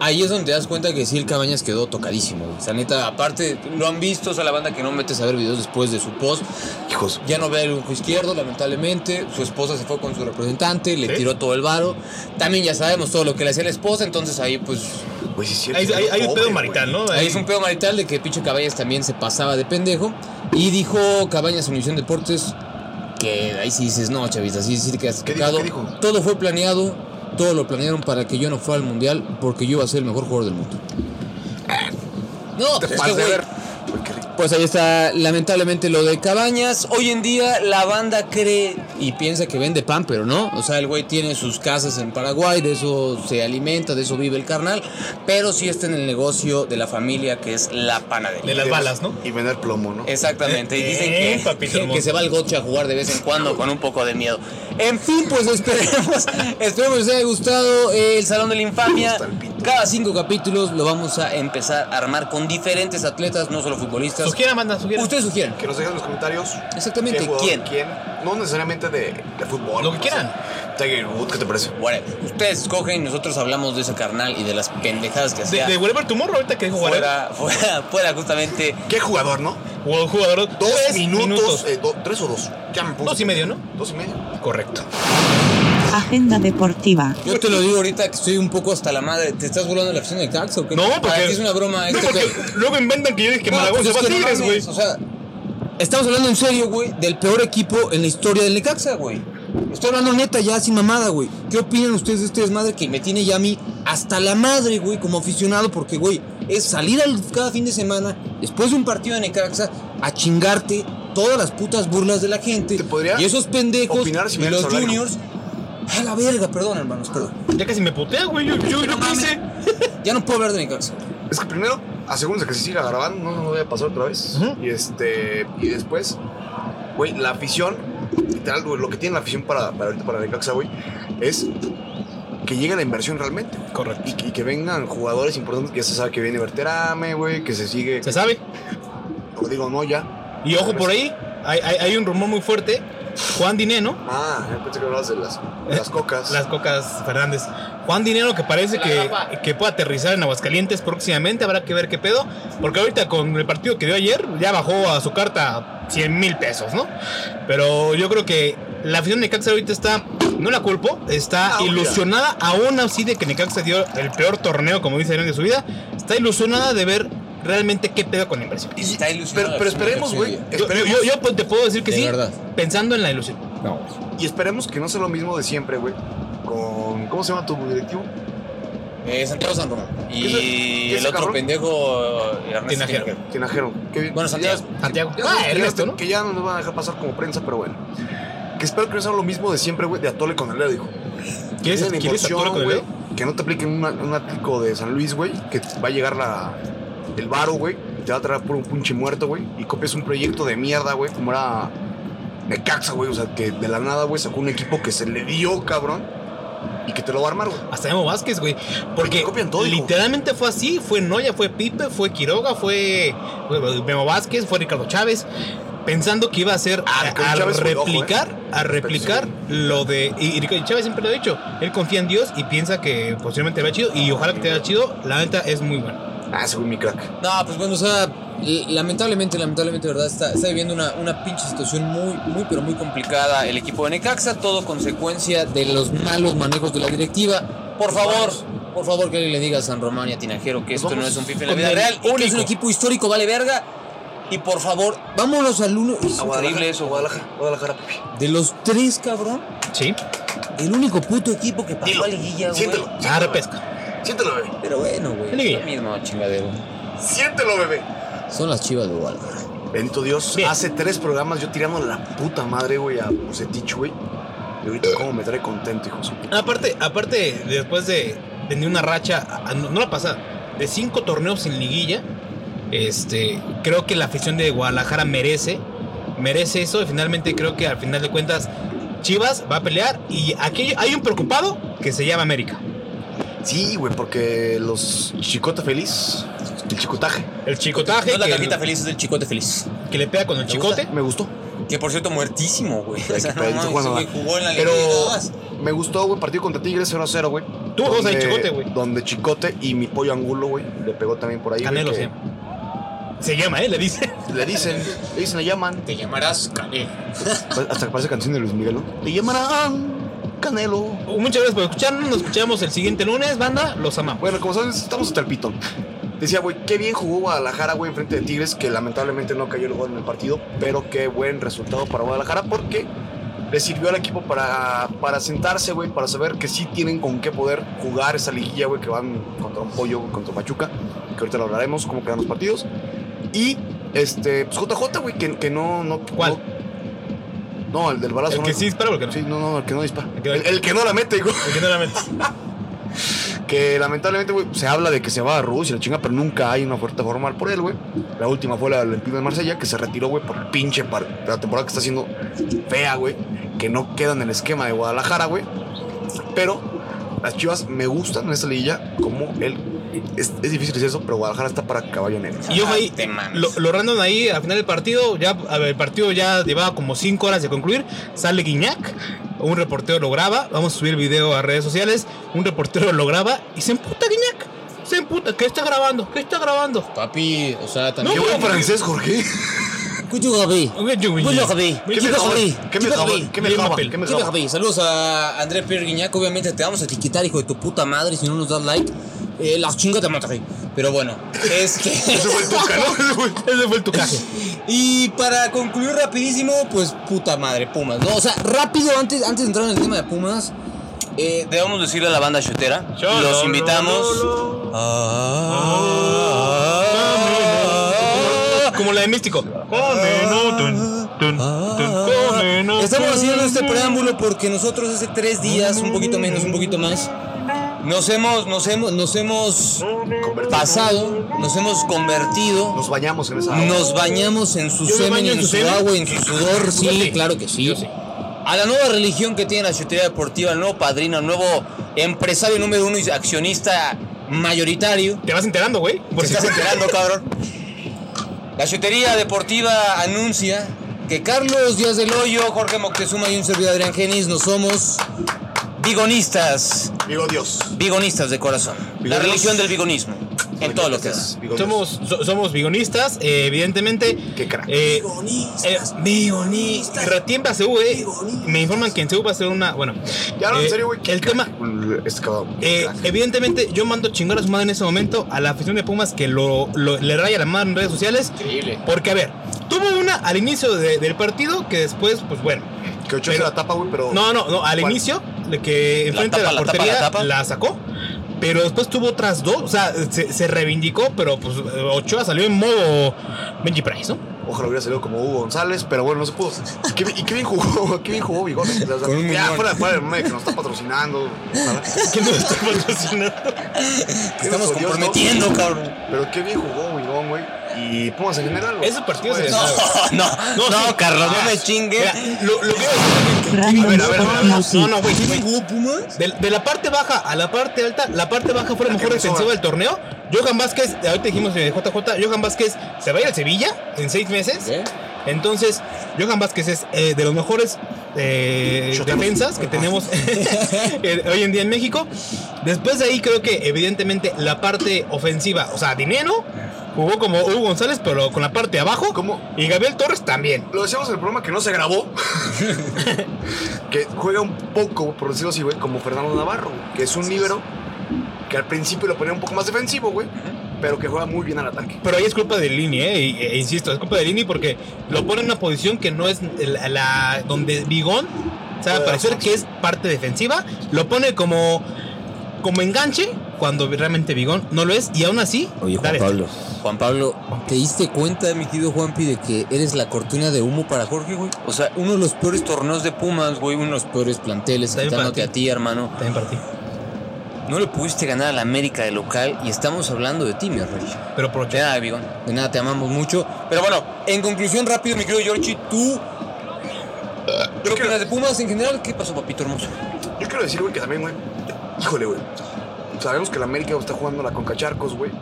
ahí es donde te das cuenta que sí, el Cabañas quedó tocadísimo. güey. O sea, neta, aparte, lo han visto, o sea, la banda que no metes a ver videos después de su post,
Hijos.
ya no ve el ojo izquierdo, lamentablemente, su esposa se fue con su representante, le
¿Sí?
tiró todo el varo, también ya sabemos todo lo que le hacía la esposa, entonces ahí pues...
Güey, sí, es cierto.
Hay, hay, hay un
Pobre,
pedo
güey.
marital, ¿no?
Pues
Ahí es un pedo marital de que pinche Cabañas también se pasaba de pendejo. Y dijo Cabañas en Univisión Deportes que ahí sí dices, no, chavita, así sí te quedas
¿Qué dijo?
tocado.
¿Qué dijo?
Todo fue planeado, todo lo planearon para que yo no fuera al mundial porque yo iba a ser el mejor jugador del mundo. No,
Ah. Te
pues, es que,
pasas de
güey,
ver. Güey, qué rico.
pues ahí está lamentablemente lo de Cabañas. Hoy en día la banda cree y piensa que vende pan, pero no. O sea, el güey tiene sus casas en Paraguay, de eso se alimenta, de eso vive el carnal. Pero sí está en el negocio de la familia que es la
De
panadería.
las balas, ¿no?
Y vender plomo, ¿no?
Exactamente. Y dicen
Eh,
que,
papito
que-
Que, que se va al goche a jugar de vez en cuando con un poco de miedo. En fin, pues esperemos, esperemos que les haya gustado eh, el Salón de la Infamia.
Hasta el pito.
Cada cinco capítulos lo vamos a empezar a armar con diferentes atletas, no solo futbolistas.
Sugiera, manda, sugiera.
Ustedes sugieren.
Que nos dejen en los comentarios.
Exactamente,
qué jugador,
¿quién?
¿Quién? No necesariamente de, de fútbol.
Lo que
no
quieran.
sé. Tiger Woods, ¿qué te parece?
Bueno, ustedes escogen y nosotros hablamos de ese carnal y de las pendejadas que
De,
hacía.
de Whatever Tomorrow, ahorita que dijo Whatever.
fuera, fuera, fuera justamente.
¿Qué jugador, no?
Wow, jugador.
Dos
tres
minutos. eh, do- ¿Tres o dos? Ya me puse.
Dos y medio, ¿no?
Dos y medio.
Correcto.
Agenda deportiva.
Yo te lo digo ahorita que estoy un poco hasta la madre. ¿Te estás burlando de la afición del Cax o qué?
No, porque.
Para ti es una broma. este
No,
esto
porque
Ah, que-
luego inventan que yo dije que
No,
Malagón
pues
se
es
va a
que no
Tigres, güey.
mames, O sea, estamos hablando en serio, güey, del peor equipo en la historia del Necaxa, güey. Estoy hablando neta ya sin mamada, güey. ¿Qué opinan ustedes de este desmadre que me tiene ya a mí hasta la madre, güey, como aficionado? Porque, güey, es salir al- cada fin de semana, después de un partido de Necaxa, a chingarte todas las putas burlas de la gente.
¿Te podría
y esos pendejos
opinar si
y
me
los
dejas hablar, hijo?
juniors. A la verga, perdón, hermanos, perdón.
Ya casi me putea, güey. Yo, yo, yo qué
mames.
hice.
Ya no puedo hablar de Necaxa.
Es que primero, asegúrense que se siga grabando, no nos vaya a pasar otra vez.
Ujú.
Y este. Y después, güey, la afición, literal, güey, lo que tiene la afición para, para ahorita para Necaxa, güey, es que llegue la inversión realmente. güey.
Correcto.
Y, que- y que vengan jugadores importantes que ya se sabe que viene Verterame, güey, que se sigue.
Se sabe.
O digo, no, ya.
Y ojo por ahí, hay, hay, hay un rumor muy fuerte. Juan Dineno,
Ah, yo pensé que hablabas de las, de las cocas.
las cocas Fernández. Juan Dineno que parece que, que puede aterrizar en Aguascalientes próximamente, habrá que ver qué pedo. Porque ahorita con el partido que dio ayer, ya bajó a su carta 100 mil pesos, ¿no? Pero yo creo que la afición de Necaxa ahorita está, no la culpo, está
Ah,
ilusionada aún así de que Necaxa dio el peor torneo, como dice Aaron, de su vida. Está ilusionada de ver realmente qué pedo con la inversión.
Está
pero,
ilusionado.
pero esperemos, güey.
Yo, yo,
esperemos.
yo, pues, te puedo decir que
De
sí,
verdad. pues,
pensando en la ilusión.
Y esperemos que no sea lo mismo de siempre, güey. Con. ¿Cómo se llama tu directivo?
Eh, Santiago San Román.
¿Y
Y
ese
el otro
cabrón?
pendejo, eh, Ernesto
Tinajero.
Tinajero.
Tinajero. Que,
Bueno,
ya-
Santiago.
Santiago.
Ya sabes
Ah,
que ya
Ernesto,
no
¿no?
te- Que ya no nos van a dejar pasar como prensa, pero bueno. Que espero que no sea lo mismo de siempre, güey, de Atole con el dedo, dijo.
¿Quieres,
Esa
¿quieres
inversión,
actuar con el
güey,
dedo?
Que no te apliquen una- un Atlético de San Luis, güey, que va a llegar la, el varo, güey, te va a traer por un pinche muerto, güey, y copias un proyecto de mierda, güey, como era Necaxa, güey, o sea, que de la nada, güey, sacó un equipo que se le dio, cabrón, y que te lo va a armar, güey.
Hasta Memo Vázquez, güey. Porque
Copian todo, hijo.
literalmente fue así. Fue Noya, fue Pipe, fue Quiroga, fue fue Memo Vázquez, fue Ricardo Chávez. Pensando que iba a ser
Ah,
a-
Ricardo
a,
Chávez, güey, ojo,
replicar,
eh.
a replicar lo de. Y, y Ricardo Chávez siempre lo ha dicho. Él confía en Dios y piensa que posiblemente va chido. Y ojalá que te vaya chido. La neta es muy buena.
Ah, ese güey, mi crack.
No, pues bueno, o sea, l- lamentablemente, lamentablemente, de verdad, está, está viviendo una, una pinche situación muy, muy, pero muy complicada el equipo de Necaxa, todo consecuencia de los malos manejos de la directiva. Por favor, por favor, que alguien le diga a San Román y a Tinajero que esto
Vamos
no es un FIFA en la
con
vida
el
real, y que es
único.
un equipo histórico, vale verga. Y por favor, vámonos al uno. Es increíble.
A Guadalajara, eso, Guadalajara, Guadalajara, papi.
De los tres, cabrón,
Sí.
el único puto equipo que pasó
Dilo,
a liguilla, güey.
siéntelo,
Ah,
siéntelo,
repesca.
bebé. siéntelo, bebé,
Pero bueno, güey,
Liguilla.
es la misma chingadera.
siéntelo, bebé.
Son las chivas de Guadalajara.
Bendito Dios.
Bien.
Hace tres programas yo tirando la puta madre, güey, a Bucetich, güey. Y ahorita cómo me trae contento, hijo. de su puta.
Aparte, aparte, después de, venía una racha, a- no, no la pasada, de cinco torneos sin liguilla. Este, creo que la afición de Guadalajara merece, merece eso. Y finalmente creo que al final de cuentas Chivas va a pelear y aquí hay un preocupado que se llama América.
Sí, güey, porque los chicota feliz, el chicotaje,
El chicotaje
No es la
que-
cajita feliz, es Ah, el chicote feliz.
que le pega con el
¿Te gusta?
chicote.
me gustó.
Que por cierto, muertísimo, güey. O sea, no
Pero
mames,
bueno,
ese güey jugó en la
pero
liga y nada más.
me gustó, güey, partido contra Tigres 0-0, güey.
Tú juegas ahí,
Donde-
Chicote, güey.
Donde Chicote y mi pollo angulo, güey, le pegó también por ahí. güey,
Canelo
que
se llama. Se llama, ¿eh? Le dice.
Le dicen, le dicen, le llaman.
Te llamarás Canelo.
Hasta que parece canción de Luis Miguel, ¿no? Le llamarán Canelo.
Muchas gracias por escucharnos. Nos escuchamos el siguiente lunes, banda. Los amamos.
Bueno, como sabes, estamos hasta el pitón. Decía, güey, qué bien jugó Guadalajara, güey, enfrente de Tigres, que lamentablemente no cayó el gol en el partido, pero qué buen resultado para Guadalajara porque le sirvió al equipo para, para sentarse, güey, para saber que sí tienen con qué poder jugar esa liguilla, güey, que van contra un pollo, contra Pachuca, que ahorita lo hablaremos, cómo quedan los partidos. Y, este, pues JJ, güey, que, que no, no.
¿Cuál?
No, no, el del balazo.
El
no,
que sí dispara o el que no.
Sí, no, no, el que no dispara.
El
El
que-
que, el que no la mete, güey.
El que no la mete.
Que lamentablemente, güey, se habla de que se va a Rusia, la chinga, pero nunca hay una oferta formal por él, güey. La última fue la del Olympique de Marsella, que se retiró, güey, por el pinche par. La temporada que está haciendo fea, güey. Que no queda en el esquema de Guadalajara, güey. Pero las chivas me gustan en esta liguilla como él. Es, es difícil decir eso, pero Guadalajara está para caballo negro.
Y yo ahí,
Ah, te mames.
lo, lo random ahí, al final del partido, ya a ver, el partido ya llevaba como 5 horas de concluir, sale Guiñac, un reportero lo graba, vamos a subir video a redes sociales, un reportero lo graba y se emputa Guiñac, se emputa, ¿qué está grabando? ¿Qué está grabando?
Papi, o sea,
No,
también.
Qué buen
güey.
francés, Jorge.
Cuyo Gabi.
Oye, yo, güey.
Bueno, Javi.
¿Qué me
Chico
jaba?
Javi.
¿Qué me
Chico
jaba?
Javi.
¿Qué me
Bien
jaba?
papel.
¿Qué me
Chico
jaba?
Javi. Saludos a André Pierre Guiñac. Obviamente te vamos a etiquetar, hijo de tu puta madre. Si no nos das like, eh, la chinga te mataré. Pero bueno, este.
Ese fue el Tuca, ¿no? Ese fue-
Ese fue el tucaje.
Y para concluir rapidísimo, pues puta madre, Pumas, ¿no? O sea, rápido, antes, antes de entrar en el tema de Pumas,
Eh, debemos decirle a la banda chutera.
Cholo,
los invitamos.
Ah,
Como la de Místico. Come, no, tun, tun, tun, come, no,
estamos
tun.
haciendo este preámbulo porque nosotros hace tres días, un poquito menos, un poquito más, nos hemos, nos hemos, nos hemos pasado, nos hemos convertido,
Nos bañamos en esa agua.
nos bañamos en su
Yo me
semen,
baño
en
en tu
su
semen.
agua, en su sudor, sí,
sí.
claro que sí.
Yo sí.
A la nueva religión que tiene la chutería deportiva, al nuevo padrino, al nuevo empresario número uno y accionista mayoritario.
Te vas enterando, güey.
Te
Por si
estás enterando, cabrón. La chutería deportiva anuncia que Carlos Díaz del Hoyo, Jorge Moctezuma y un servidor Adrián Genis no somos bigonistas,
Digo Dios.
bigonistas de corazón. La
Bigonistas.
religión del bigonismo, en todo
pues
lo que da.
Digo Dios.
Somos, so- somos bigonistas, eh, evidentemente.
Qué crack.
Eh, eh, bigonistas. Recién pasó, eh, Me informan que en CEU va a ser una. Bueno.
Ya no,
eh,
en serio, güey. qué
El
crack.
tema.
Este cabrón, qué
eh,
crack.
evidentemente, yo mando chingar a su madre en ese momento a la afición de Pumas que lo, lo- le raya la madre en redes sociales.
Increíble.
Porque, a ver, tuvo una al inicio de- del partido que después, pues bueno.
Que ocho
Pero-
la tapa, güey, pero.
No, no, no, al
Oh. ¿Cuál?
inicio, de que
tapa,
enfrente de
la
la
tapa,
portería
la
la,
tapa.
sacó. Pero después tuvo otras dos, o sea, se, se reivindicó, pero pues Ochoa salió en modo Benji Price, ¿no?
Ojalá hubiera salido como Hugo González, pero bueno, no se pudo. Y qué, bien- y qué bien jugó, qué bien jugó Bigotes. O sea,
Con un
ya
millón.
fuera, fuera del mame que nos está patrocinando. ojalá.
Que no está patrocinando.
Estamos
Dios, ¿no?
comprometiendo, cabrón.
Pero qué bien jugó Bigón, güey. Y Pumas en general, güey.
Esos partidos
Güey,
se les dan.
No, no, no,
sí.
Carlos, no
Ah,
me chingue.
mira, lo, lo que iba a decir-
Random
A ver, a ver, a ver.
Fantasy.
No, no, güey, güey.
¿Jugó Pumas?
De, de la parte baja a la parte alta, la parte baja fue la,
La que
mejor
empezó
defensiva
a-
del torneo. Johan Vázquez, ahorita dijimos en el JJ, Johan Vázquez se va a ir al Sevilla en seis meses.
¿Eh?
Entonces, Johan Vázquez es eh, de los mejores eh,
Shoteros.
defensas que tenemos eh, hoy en día en México. Después de ahí, creo que evidentemente la parte ofensiva, o sea, Dinero jugó como Hugo González, pero con la parte de abajo.
¿Cómo?
Y Gabriel Torres también.
Lo decíamos en el programa que no se grabó. que juega un poco, por decirlo así, güey, como Fernando Navarro, güey, que es un líbero que al principio lo ponía un poco más defensivo, güey, pero que juega muy bien al ataque.
Pero ahí es culpa de Lini, eh, e- e- insisto, es culpa de Lini porque lo pone en una posición que no es la, la- donde Bigón, o sea,
Eh,
parecer que es parte defensiva, lo pone como como enganche cuando realmente Bigón no lo es y aún así
Oye, Juan
dale.
Pablo. Juan Pablo, ¿te diste cuenta, mi querido Juanpi, de que eres la cortina de humo para Jorge, güey? O sea, uno de los peores torneos de Pumas, güey, uno de los peores planteles,
También para
quitándote
ti.
a ti, hermano.
también para ti.
No le pudiste ganar a la América de local y estamos hablando de ti, mi rey.
Pero por
De nada, Bigón. De nada, te amamos mucho. Pero bueno, en conclusión rápido, mi querido Giorgi, tú... ¿Qué opinas de Pumas en general? ¿Qué pasó, papito hermoso?
Yo quiero decir, güey, que también, güey. Híjole, güey. Sabemos que la América está jugando la Conca Charcos, güey.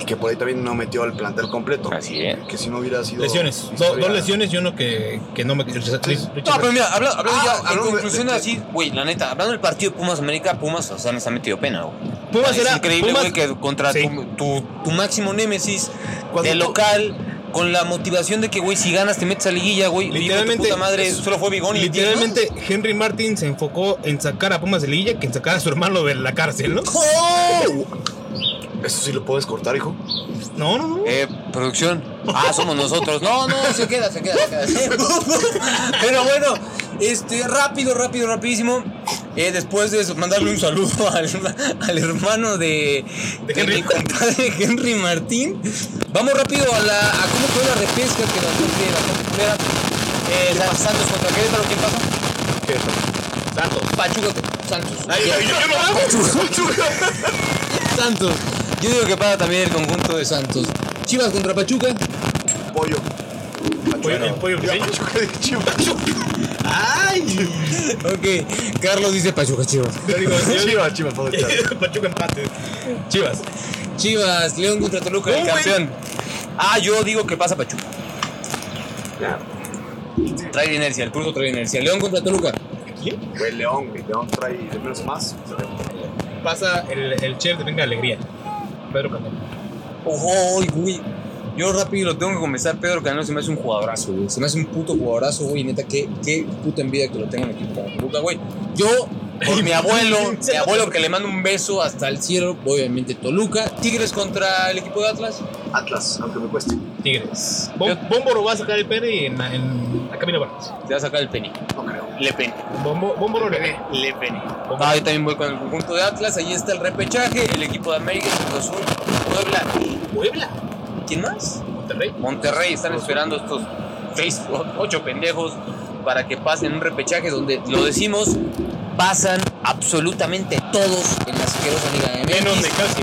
Y que por ahí también no metió al plantel completo.
Así es.
Que si no hubiera sido.
lesiones. Do-
historia-
dos lesiones y uno que, que no me.
No, pero mira, habla- hablando
Ah,
ya, en
hablando de-
conclusión
de- de-
así, güey, la neta, hablando del partido de Pumas América, Pumas, o sea, nos ha metido pena, güey.
Pumas
Es
era-
increíble,
Pumas-
güey, que contra
Sí.
tu, tu- tu máximo némesis
Cuando
de
tú-
local, con la motivación de que, güey, si ganas te metes a liguilla, güey.
Literalmente-
Literalmente. Puta madre, solo fue Bigón y
Literalmente, Henry Martin se enfocó en sacar a Pumas de Liguilla que en sacar a su hermano de la cárcel, ¿no?
Eso sí lo puedes cortar, hijo.
No, no, no.
Eh, producción. Ah, somos nosotros. No, no, se queda, se queda, se queda. Pero bueno, este, rápido, rápido, rapidísimo. Eh, después de eso, mandarle un saludo al, al hermano de,
De
de
Henry.
mi compadre Henry Martín. Vamos rápido a la a cómo fue la repesca que nos de la capitulera. Eh, San- Santos contra Querétaro, ¿quién pasa? Santos. Pachuca contra Santos.
Santos.
Yo digo que pasa también el conjunto de Santos.
Chivas contra Pachuca.
Pollo.
Pollo- el pollo
Ya,
briseño.
Pachuca de Chivas.
Ok, Carlos dice Pachuca, Chivas.
Yo digo, yo digo,
Chivas, Chivas, todo claro.
Pachuca empate. Chivas.
Chivas, León contra Toluca.
El campeón. Ah, yo digo que pasa Pachuca. Trae inercia, el pulso trae inercia. León contra Toluca.
Güey, León, güey. León trae de menos a más.
Pasa el, el chef de Venga Alegría. Pedro Cantón.
Ojo, güey. Yo rápido lo tengo que comenzar. Pedro Canelo se me hace un jugadorazo, güey.
Se me hace un puto jugadorazo, güey. Neta, qué, qué puta envidia que lo tenga en equipo como Toluca, güey. Yo,
Por mi abuelo, mi abuelo que le mando un beso hasta el cielo, obviamente Toluca. Tigres contra el equipo de Atlas.
Atlas, aunque me cueste.
Tigres. Bom- Bómboro va a sacar el pene en, la- en la Camino Vargas.
Se va a sacar el penny.
No creo.
Le penny.
Bombo, Bómboro le ve.
Le penny. Ah, yo también voy con el conjunto de Atlas. Ahí está el repechaje. El equipo de América, Cruz Azul, Puebla.
Puebla.
¿Quién más?
Monterrey.
Monterrey están esperando estos seis, o- ocho pendejos para que pasen un repechaje donde lo decimos pasan absolutamente todos en la asquerosa liga de
Menos de casi.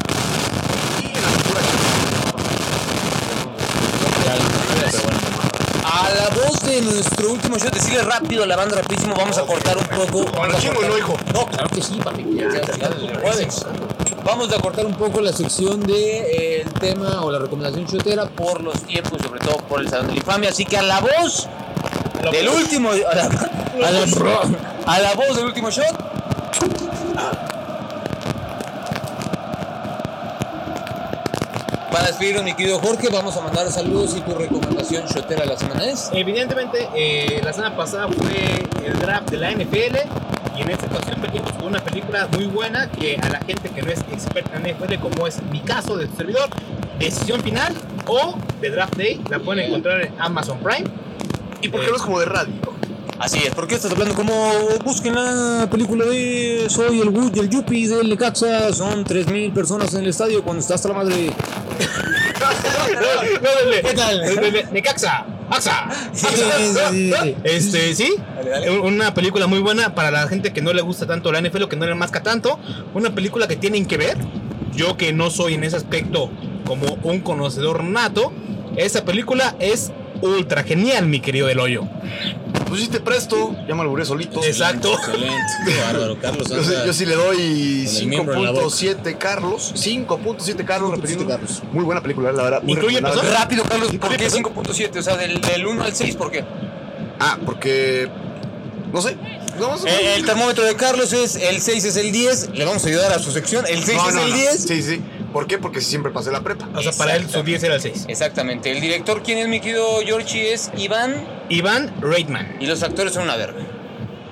A la voz de nuestro último show, decirle rápido a la banda rapidísimo, vamos a cortar un poco.
Con los chingos, no, hijo.
No, claro que sí, papi. Ya, ya, ya, ya, puedes. Vamos a cortar un poco la sección del de, eh, el tema o la recomendación chotera por los tiempos y sobre todo por el Salón de la Infamia. Así que a la voz del último. A la, a la- a la voz del último shot.
para despedirnos, mi querido Jorge, vamos a mandar saludos y tu recomendación shotera de la semana es.
Evidentemente, eh, la semana pasada fue el draft de la NFL y en esta ocasión venimos con una película muy buena que a la gente que no es experta en NFL, como es mi caso de servidor, Decisión Final o The Draft Day, la pueden encontrar en Amazon Prime.
¿Y por qué no es como de radio?
Así es, porque estás hablando como.
Busquen la película de Soy el Wood y el Yuppie del Lecaxa. Son 3.000 personas en el estadio cuando está hasta la madre.
¿Qué tal? Necaxa, AXA. Este, sí, una película muy buena para la gente que no le gusta tanto la NFL o que no le masca tanto. Una película que tienen que ver. Yo que no soy en ese aspecto como un conocedor nato, esa película es ultra genial, mi querido El Hoyo.
Pues sí te presto. Ya me alburé solito.
Exacto.
Excelente, qué bárbaro, Carlos.
Yo sí, yo sí le doy
Con el miembro en la boca.
5.7 Carlos. 5.7 Carlos, repetiendo.
Carlos.
Muy buena película, la verdad. muy
¿Incluye
recomendable.
personas?
Rápido, Carlos, ¿por qué 5.7? O sea, del, del 1 al 6, ¿por qué?
Ah, porque. No sé. No, no sé.
Eh, el termómetro de Carlos es el 6 es el 10. Le vamos a ayudar a su sección. El 6
No,
es
no,
el
no.
10.
Sí, sí. ¿Por qué? Porque siempre pasé la prepa.
O sea, para él su 10 era el 6.
Exactamente. El director, quien es mi querido Giorgi, es Iván.
Iván Reitman.
Y los actores son una verga.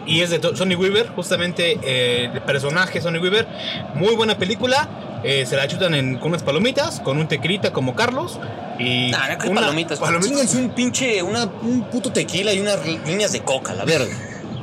Y es de To- Sonny Weaver, justamente eh, el personaje Sonny Weaver. Muy buena película. eh, se la chutan en- con unas palomitas, con un tequilita como Carlos. Y
Nah, no, que
una-
palomitas.
palomitas.
Chínganse un pinche, una, un puto tequila y unas líneas de coca, a la verga.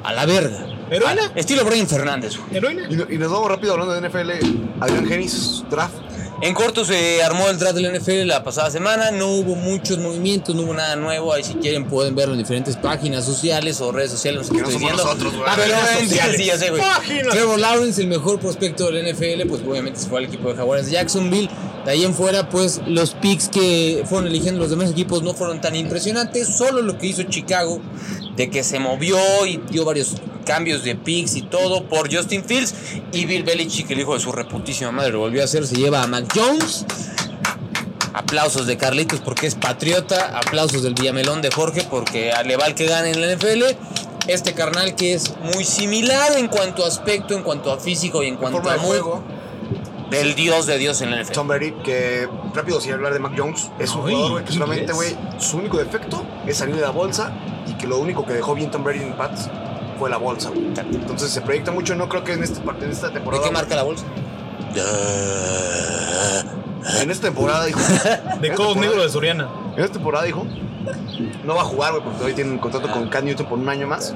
A la verga.
¿Heroína?
Ah, Estilo Brian Fernández, güey.
¿Heroína?
Y, no- y nos vamos rápido hablando de NFL. Adrián Genis, draft.
En corto se armó el draft del NFL la pasada semana, no hubo muchos movimientos, no hubo nada nuevo, ahí si quieren pueden verlo en diferentes páginas sociales o redes sociales, no sé
Que no
qué estoy
somos
diciendo.
nosotros, güey.
Ah, pero
Redes
obviamente,
sociales.
sí, ya sé, güey.
Páginas.
Trevor Lawrence, el mejor prospecto del NFL, pues obviamente se fue al equipo de Jaguares de Jacksonville. De ahí en fuera, pues los picks que fueron eligiendo los demás equipos no fueron tan impresionantes, solo lo que hizo Chicago, de que se movió y dio varios cambios de picks y todo por Justin Fields y Bill Belichick, el hijo de su reputísima madre, lo volvió a hacer, se lleva a Mac Jones. Aplausos de Carlitos porque es patriota. Aplausos del Villamelón de Jorge porque le va el que gane en la NFL. Este carnal que es muy similar en cuanto a aspecto, en cuanto a físico y en cuanto
Forma
a
de
muy-
juego.
Del dios de dios en la NFL.
Somebody, que rápido sin hablar de Mac Jones, es un
Ay,
jugador güey, que
¿qué
solamente,
es?
güey, su único defecto es salir de la bolsa y que lo único que dejó bien Tom Brady en Pats fue la bolsa, güey. Entonces se proyecta mucho, no creo que en, este, parte- en esta
¿De
temporada.
qué marca la bolsa?
En esta temporada, hijo. En
De
esta
Cobos
temporada-
Negro de Soriana.
En esta temporada, hijo, no va a jugar, güey, porque hoy tiene un contrato con Cam Newton por un año más.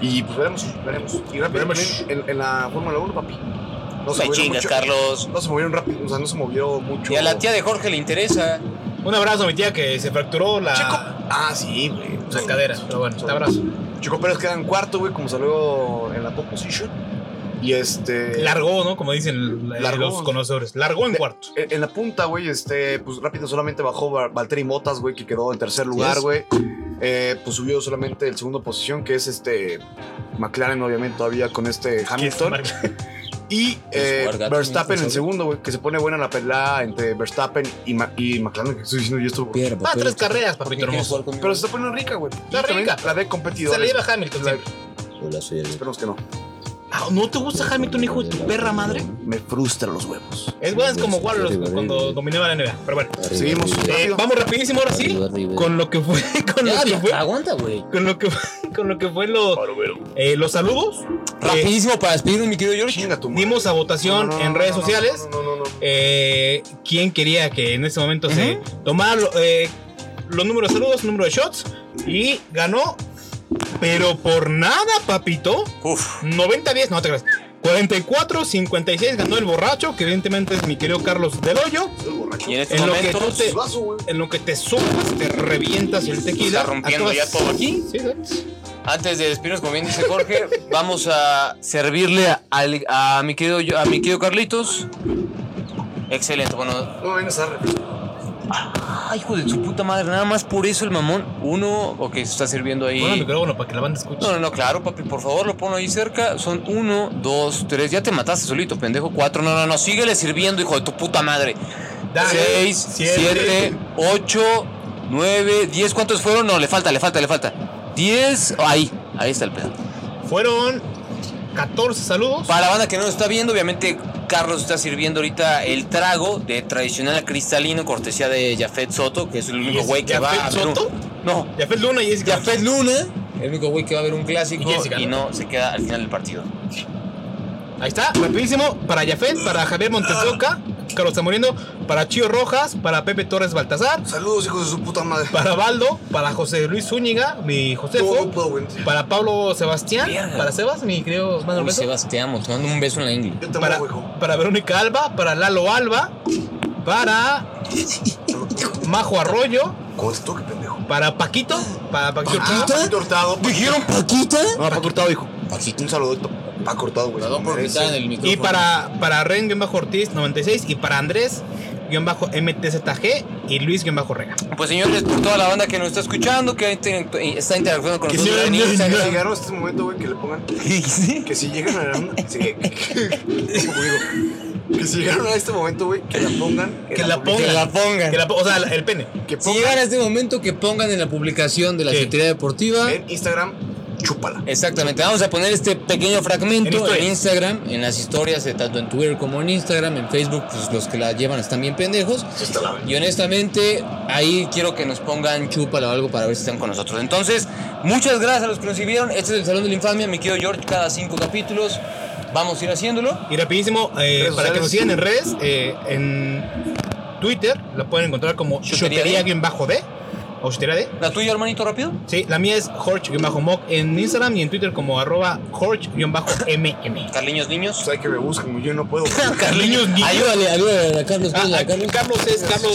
Y pues veremos, veremos. Y rápido,
Veremos.
En, en la Fórmula 1, papi. No
Me
movieron
chingas,
mucho-
Carlos.
No se movieron rápido, o sea, no se movió mucho.
Y a la tía de Jorge le interesa.
Un abrazo a mi tía que se fracturó la,
Chico. Ah, sí, güey.
la cadera. Pero bueno,
Sí.
un abrazo.
Chico Pérez queda en cuarto, güey, como salió en la top position. Y este.
Largó, ¿no? Como dicen eh,
Largó.
los conocedores. Largó en
De-
cuarto.
En en la punta, güey, este, pues rápido solamente bajó Val- Valtteri Motas, güey, que quedó en tercer lugar,
es.
güey. Eh, pues subió solamente el segundo posición, que es este McLaren, obviamente, todavía con este Hamilton. Y eh,
Sugar Gat-
Verstappen en
Sugar.
segundo, güey, que se pone buena la pelea entre Verstappen y, Ma- y McLaren, que estoy diciendo yo esto. güey.
Piedra,
Ah,
papel,
tres
chica.
carreras,
¿Por qué
papito
quieres
hermoso.
jugar conmigo?
Pero se está poniendo rica, güey.
Está
También
rica.
La de
Se le
competidores.
lleva Hamilton siempre.
Hola, soy el
Esperemos que no.
Ah, ¿No te gusta Hamilton, hijo de tu perra madre?
Me frustran los huevos.
Es bueno, es como Warriors cuando dominaba la NBA. Pero bueno.
Seguimos.
Eh,
rápido.
vamos rapidísimo ahora sí. Con lo que fue. Con
Ya,
lo que
ya,
fue.
aguanta, güey.
Con lo que fue, con lo que fue lo- eh, los saludos. Eh,
Rapidísimo para despedirnos, mi querido George.
Chinga tu madre.
dimos a votación
No, no, no,
en
no,
redes
no, no,
sociales.
No, no, no. no.
eh, quién quería que en este momento se tomara eh, los números de saludos, número de shots y ganó, pero por nada, papito.
Uf.
90-10, no te creas. 44-56 ganó el borracho, que evidentemente es mi querido Carlos Del Hoyo.
Estoy borracho.
Y en este estos
En lo que tú
momentos.
te-
Vaso, güey.
En lo que te subas, te revientas el tequila.
Está rompiendo
acabas-
ya todo aquí.
Sí, sí.
Antes de despedirnos, como bien dice Jorge, vamos a servirle a, al- a mi, querido, a mi querido Carlitos. Excelente, bueno.
No, ven esa refresco.
Ay, hijo de su puta madre, nada más por eso el mamón. Uno, ok, se está sirviendo ahí.
Pon el micrófono para que la banda escuche.
No, no, no, claro, papi, por favor, lo pongo ahí cerca. Son uno, dos, tres. Ya te mataste solito, pendejo. Cuatro, no, no, no. Síguele sirviendo, hijo de tu puta madre.
Dale.
Seis,
Siete.
siete, ocho, nueve, diez. ¿Cuántos fueron? No, le falta, le falta, le falta. Diez. Ahí, ahí está el pedo.
Fueron 14 saludos.
Para la banda que no lo está viendo, obviamente Carlos está sirviendo ahorita el trago de tradicional a cristalino, cortesía de Jafet Soto, que es el único
es
güey que va
Jafet
a ver un-
Soto?
No,
Ya fue Luna y es
Jafet Luna, el único güey que va a ver un clásico
Y Jessica,
y no se queda al final del partido.
Ahí está, rapidísimo, para Jafet, para Javier Montesoca, Carlos está muriendo, para Chío Rojas, para Pepe Torres Baltazar,
Saludos, hijos de su puta madre.
para Baldo, para José Luis Zúñiga, mi
No,
Josefo,
no puedo, güey. Yo
para Pablo Sebastián,
Mierda.
para Sebas, mi querido Manuel
Uy,
Beso,
Sebastián, te mando un beso en la ingle.
te
para,
amo, hijo.
para Verónica Alba, para Lalo Alba, para Majo Arroyo,
Contestó, qué este pendejo.
para Paquito, para Paquito Ortega.
Ah, Paquito Hurtado.
¿Dijeron Paquita?
No, Paco Hurtado, hijo. Un saludito. Paco Hurtado, güey.
Perdón por
Merece.
gritar en el micrófono.
Y para, para Ren-Ortiz96 y para Andrés-MTZG y Luis-Rega.
Pues señores, por toda la banda que nos está escuchando, que inter- está interactuando con
Que
nosotros
si
en
si
Instagram.
llegaron a este momento, güey, que le pongan. Que si llegan a. Sí. Como digo, Que si llegaron a este momento, güey, que la pongan. en
Que la
publicidad.
pongan.
Que la pongan.
Que la po- o sea, el pene.
Que
Si
pongan
llegan a este momento, que pongan en la publicación de la
Sí.
Secretaría Deportiva.
en Instagram, chúpala.
Exactamente, vamos a poner este pequeño
En
fragmento en,
historias.
Instagram, en las historias, de tanto en Twitter como en Instagram, en Facebook, pues los que la llevan están bien pendejos. Y honestamente, ahí quiero que nos pongan chúpala o algo para ver si están con nosotros. Entonces, muchas gracias a los que nos sirvieron. Este es el Salón de la Infamia, mi querido George, cada cinco capítulos. Vamos a ir haciéndolo.
Y rapidísimo, eh,
Redes
para que
sociales.
nos sigan en redes, eh, en Twitter la pueden encontrar como
Shotería
shotería-d. o Chitera D.
¿La tuya, hermanito, rápido?
Sí, la mía es Horch-Mock en Instagram y en Twitter como arroba Horch-MM.
Carliños Niños.
Pues hay que me busquen, yo no puedo.
Carliños Niño.
Ayúdale, ayúdale a Carlos.
Ah,
ayúdale a
ah,
Carlos.
Carlos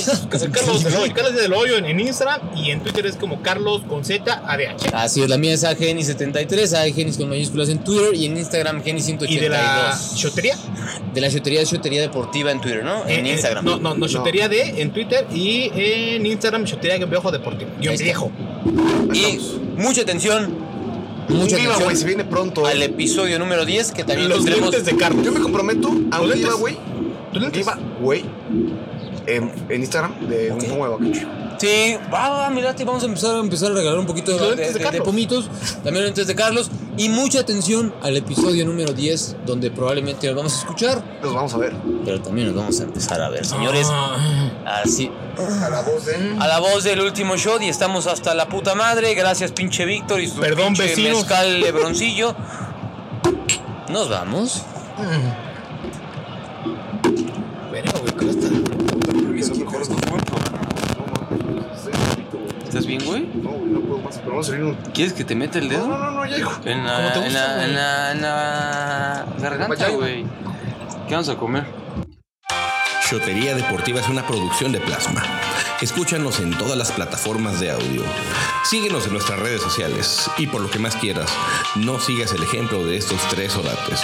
es Carlos, Carlos del Hoyo, Carlos del Hoyo en, en Instagram y en Twitter es como Carlos con Z ADH.
Así es, la mía es AGENI73, AGENIS con mayúsculas en Twitter y en Instagram GENI182.
Y de la chotería.
De la chotería es chotería de
Deportiva en Twitter, ¿no?
eh,
En
eh,
Instagram.
No, no, no, chotería D en Twitter y en Instagram chotería guión bajo deportivo. Guión
está.
viejo.
Y mucha atención
Un
Mucha
viva, güey,
atención.
si viene pronto. eh.
al episodio número 10 que también
Los
tendremos
lentes de Carlos.
Yo me comprometo a un
¿Lentes?
viva, güey.
¿Tú lentes?
Viva, güey. En, en Instagram de un pomo de bacacho.
Sí,
Va, va, mira, te vamos a empezar a empezar a regalar un poquito
Los
de,
lentes de
de- de
Carlos.
pomitos, también antes de Carlos. Y mucha atención al episodio número 10, donde probablemente nos vamos a escuchar,
Los vamos a ver.
pero también nos vamos a empezar a ver, señores.
Ah,
Así,
A la voz de.
a la voz del último shot y estamos hasta la puta madre. Gracias, pinche Víctor y su
Perdón,
pinche
vecinos.
mezcal lebroncillo. Nos vamos.
verga, güey, ¿cómo está?
Son mejores los cuerpos.
¿Estás bien, güey?
No, güey, no puedo más. Pero vamos a salir un.
¿Quieres que te meta el
No,
dedo?
no, no, no, ya, hijo.
En
¿Cómo
la,
te
en
gusta,
la,
güey?
en la, en la garganta,
Vaya,
güey. ¿Qué vamos a comer?
Shotería Deportiva es una producción de Plasma. Escúchanos en todas las plataformas de audio. Síguenos en nuestras redes sociales y por lo que más quieras, no sigas el ejemplo de estos tres orates.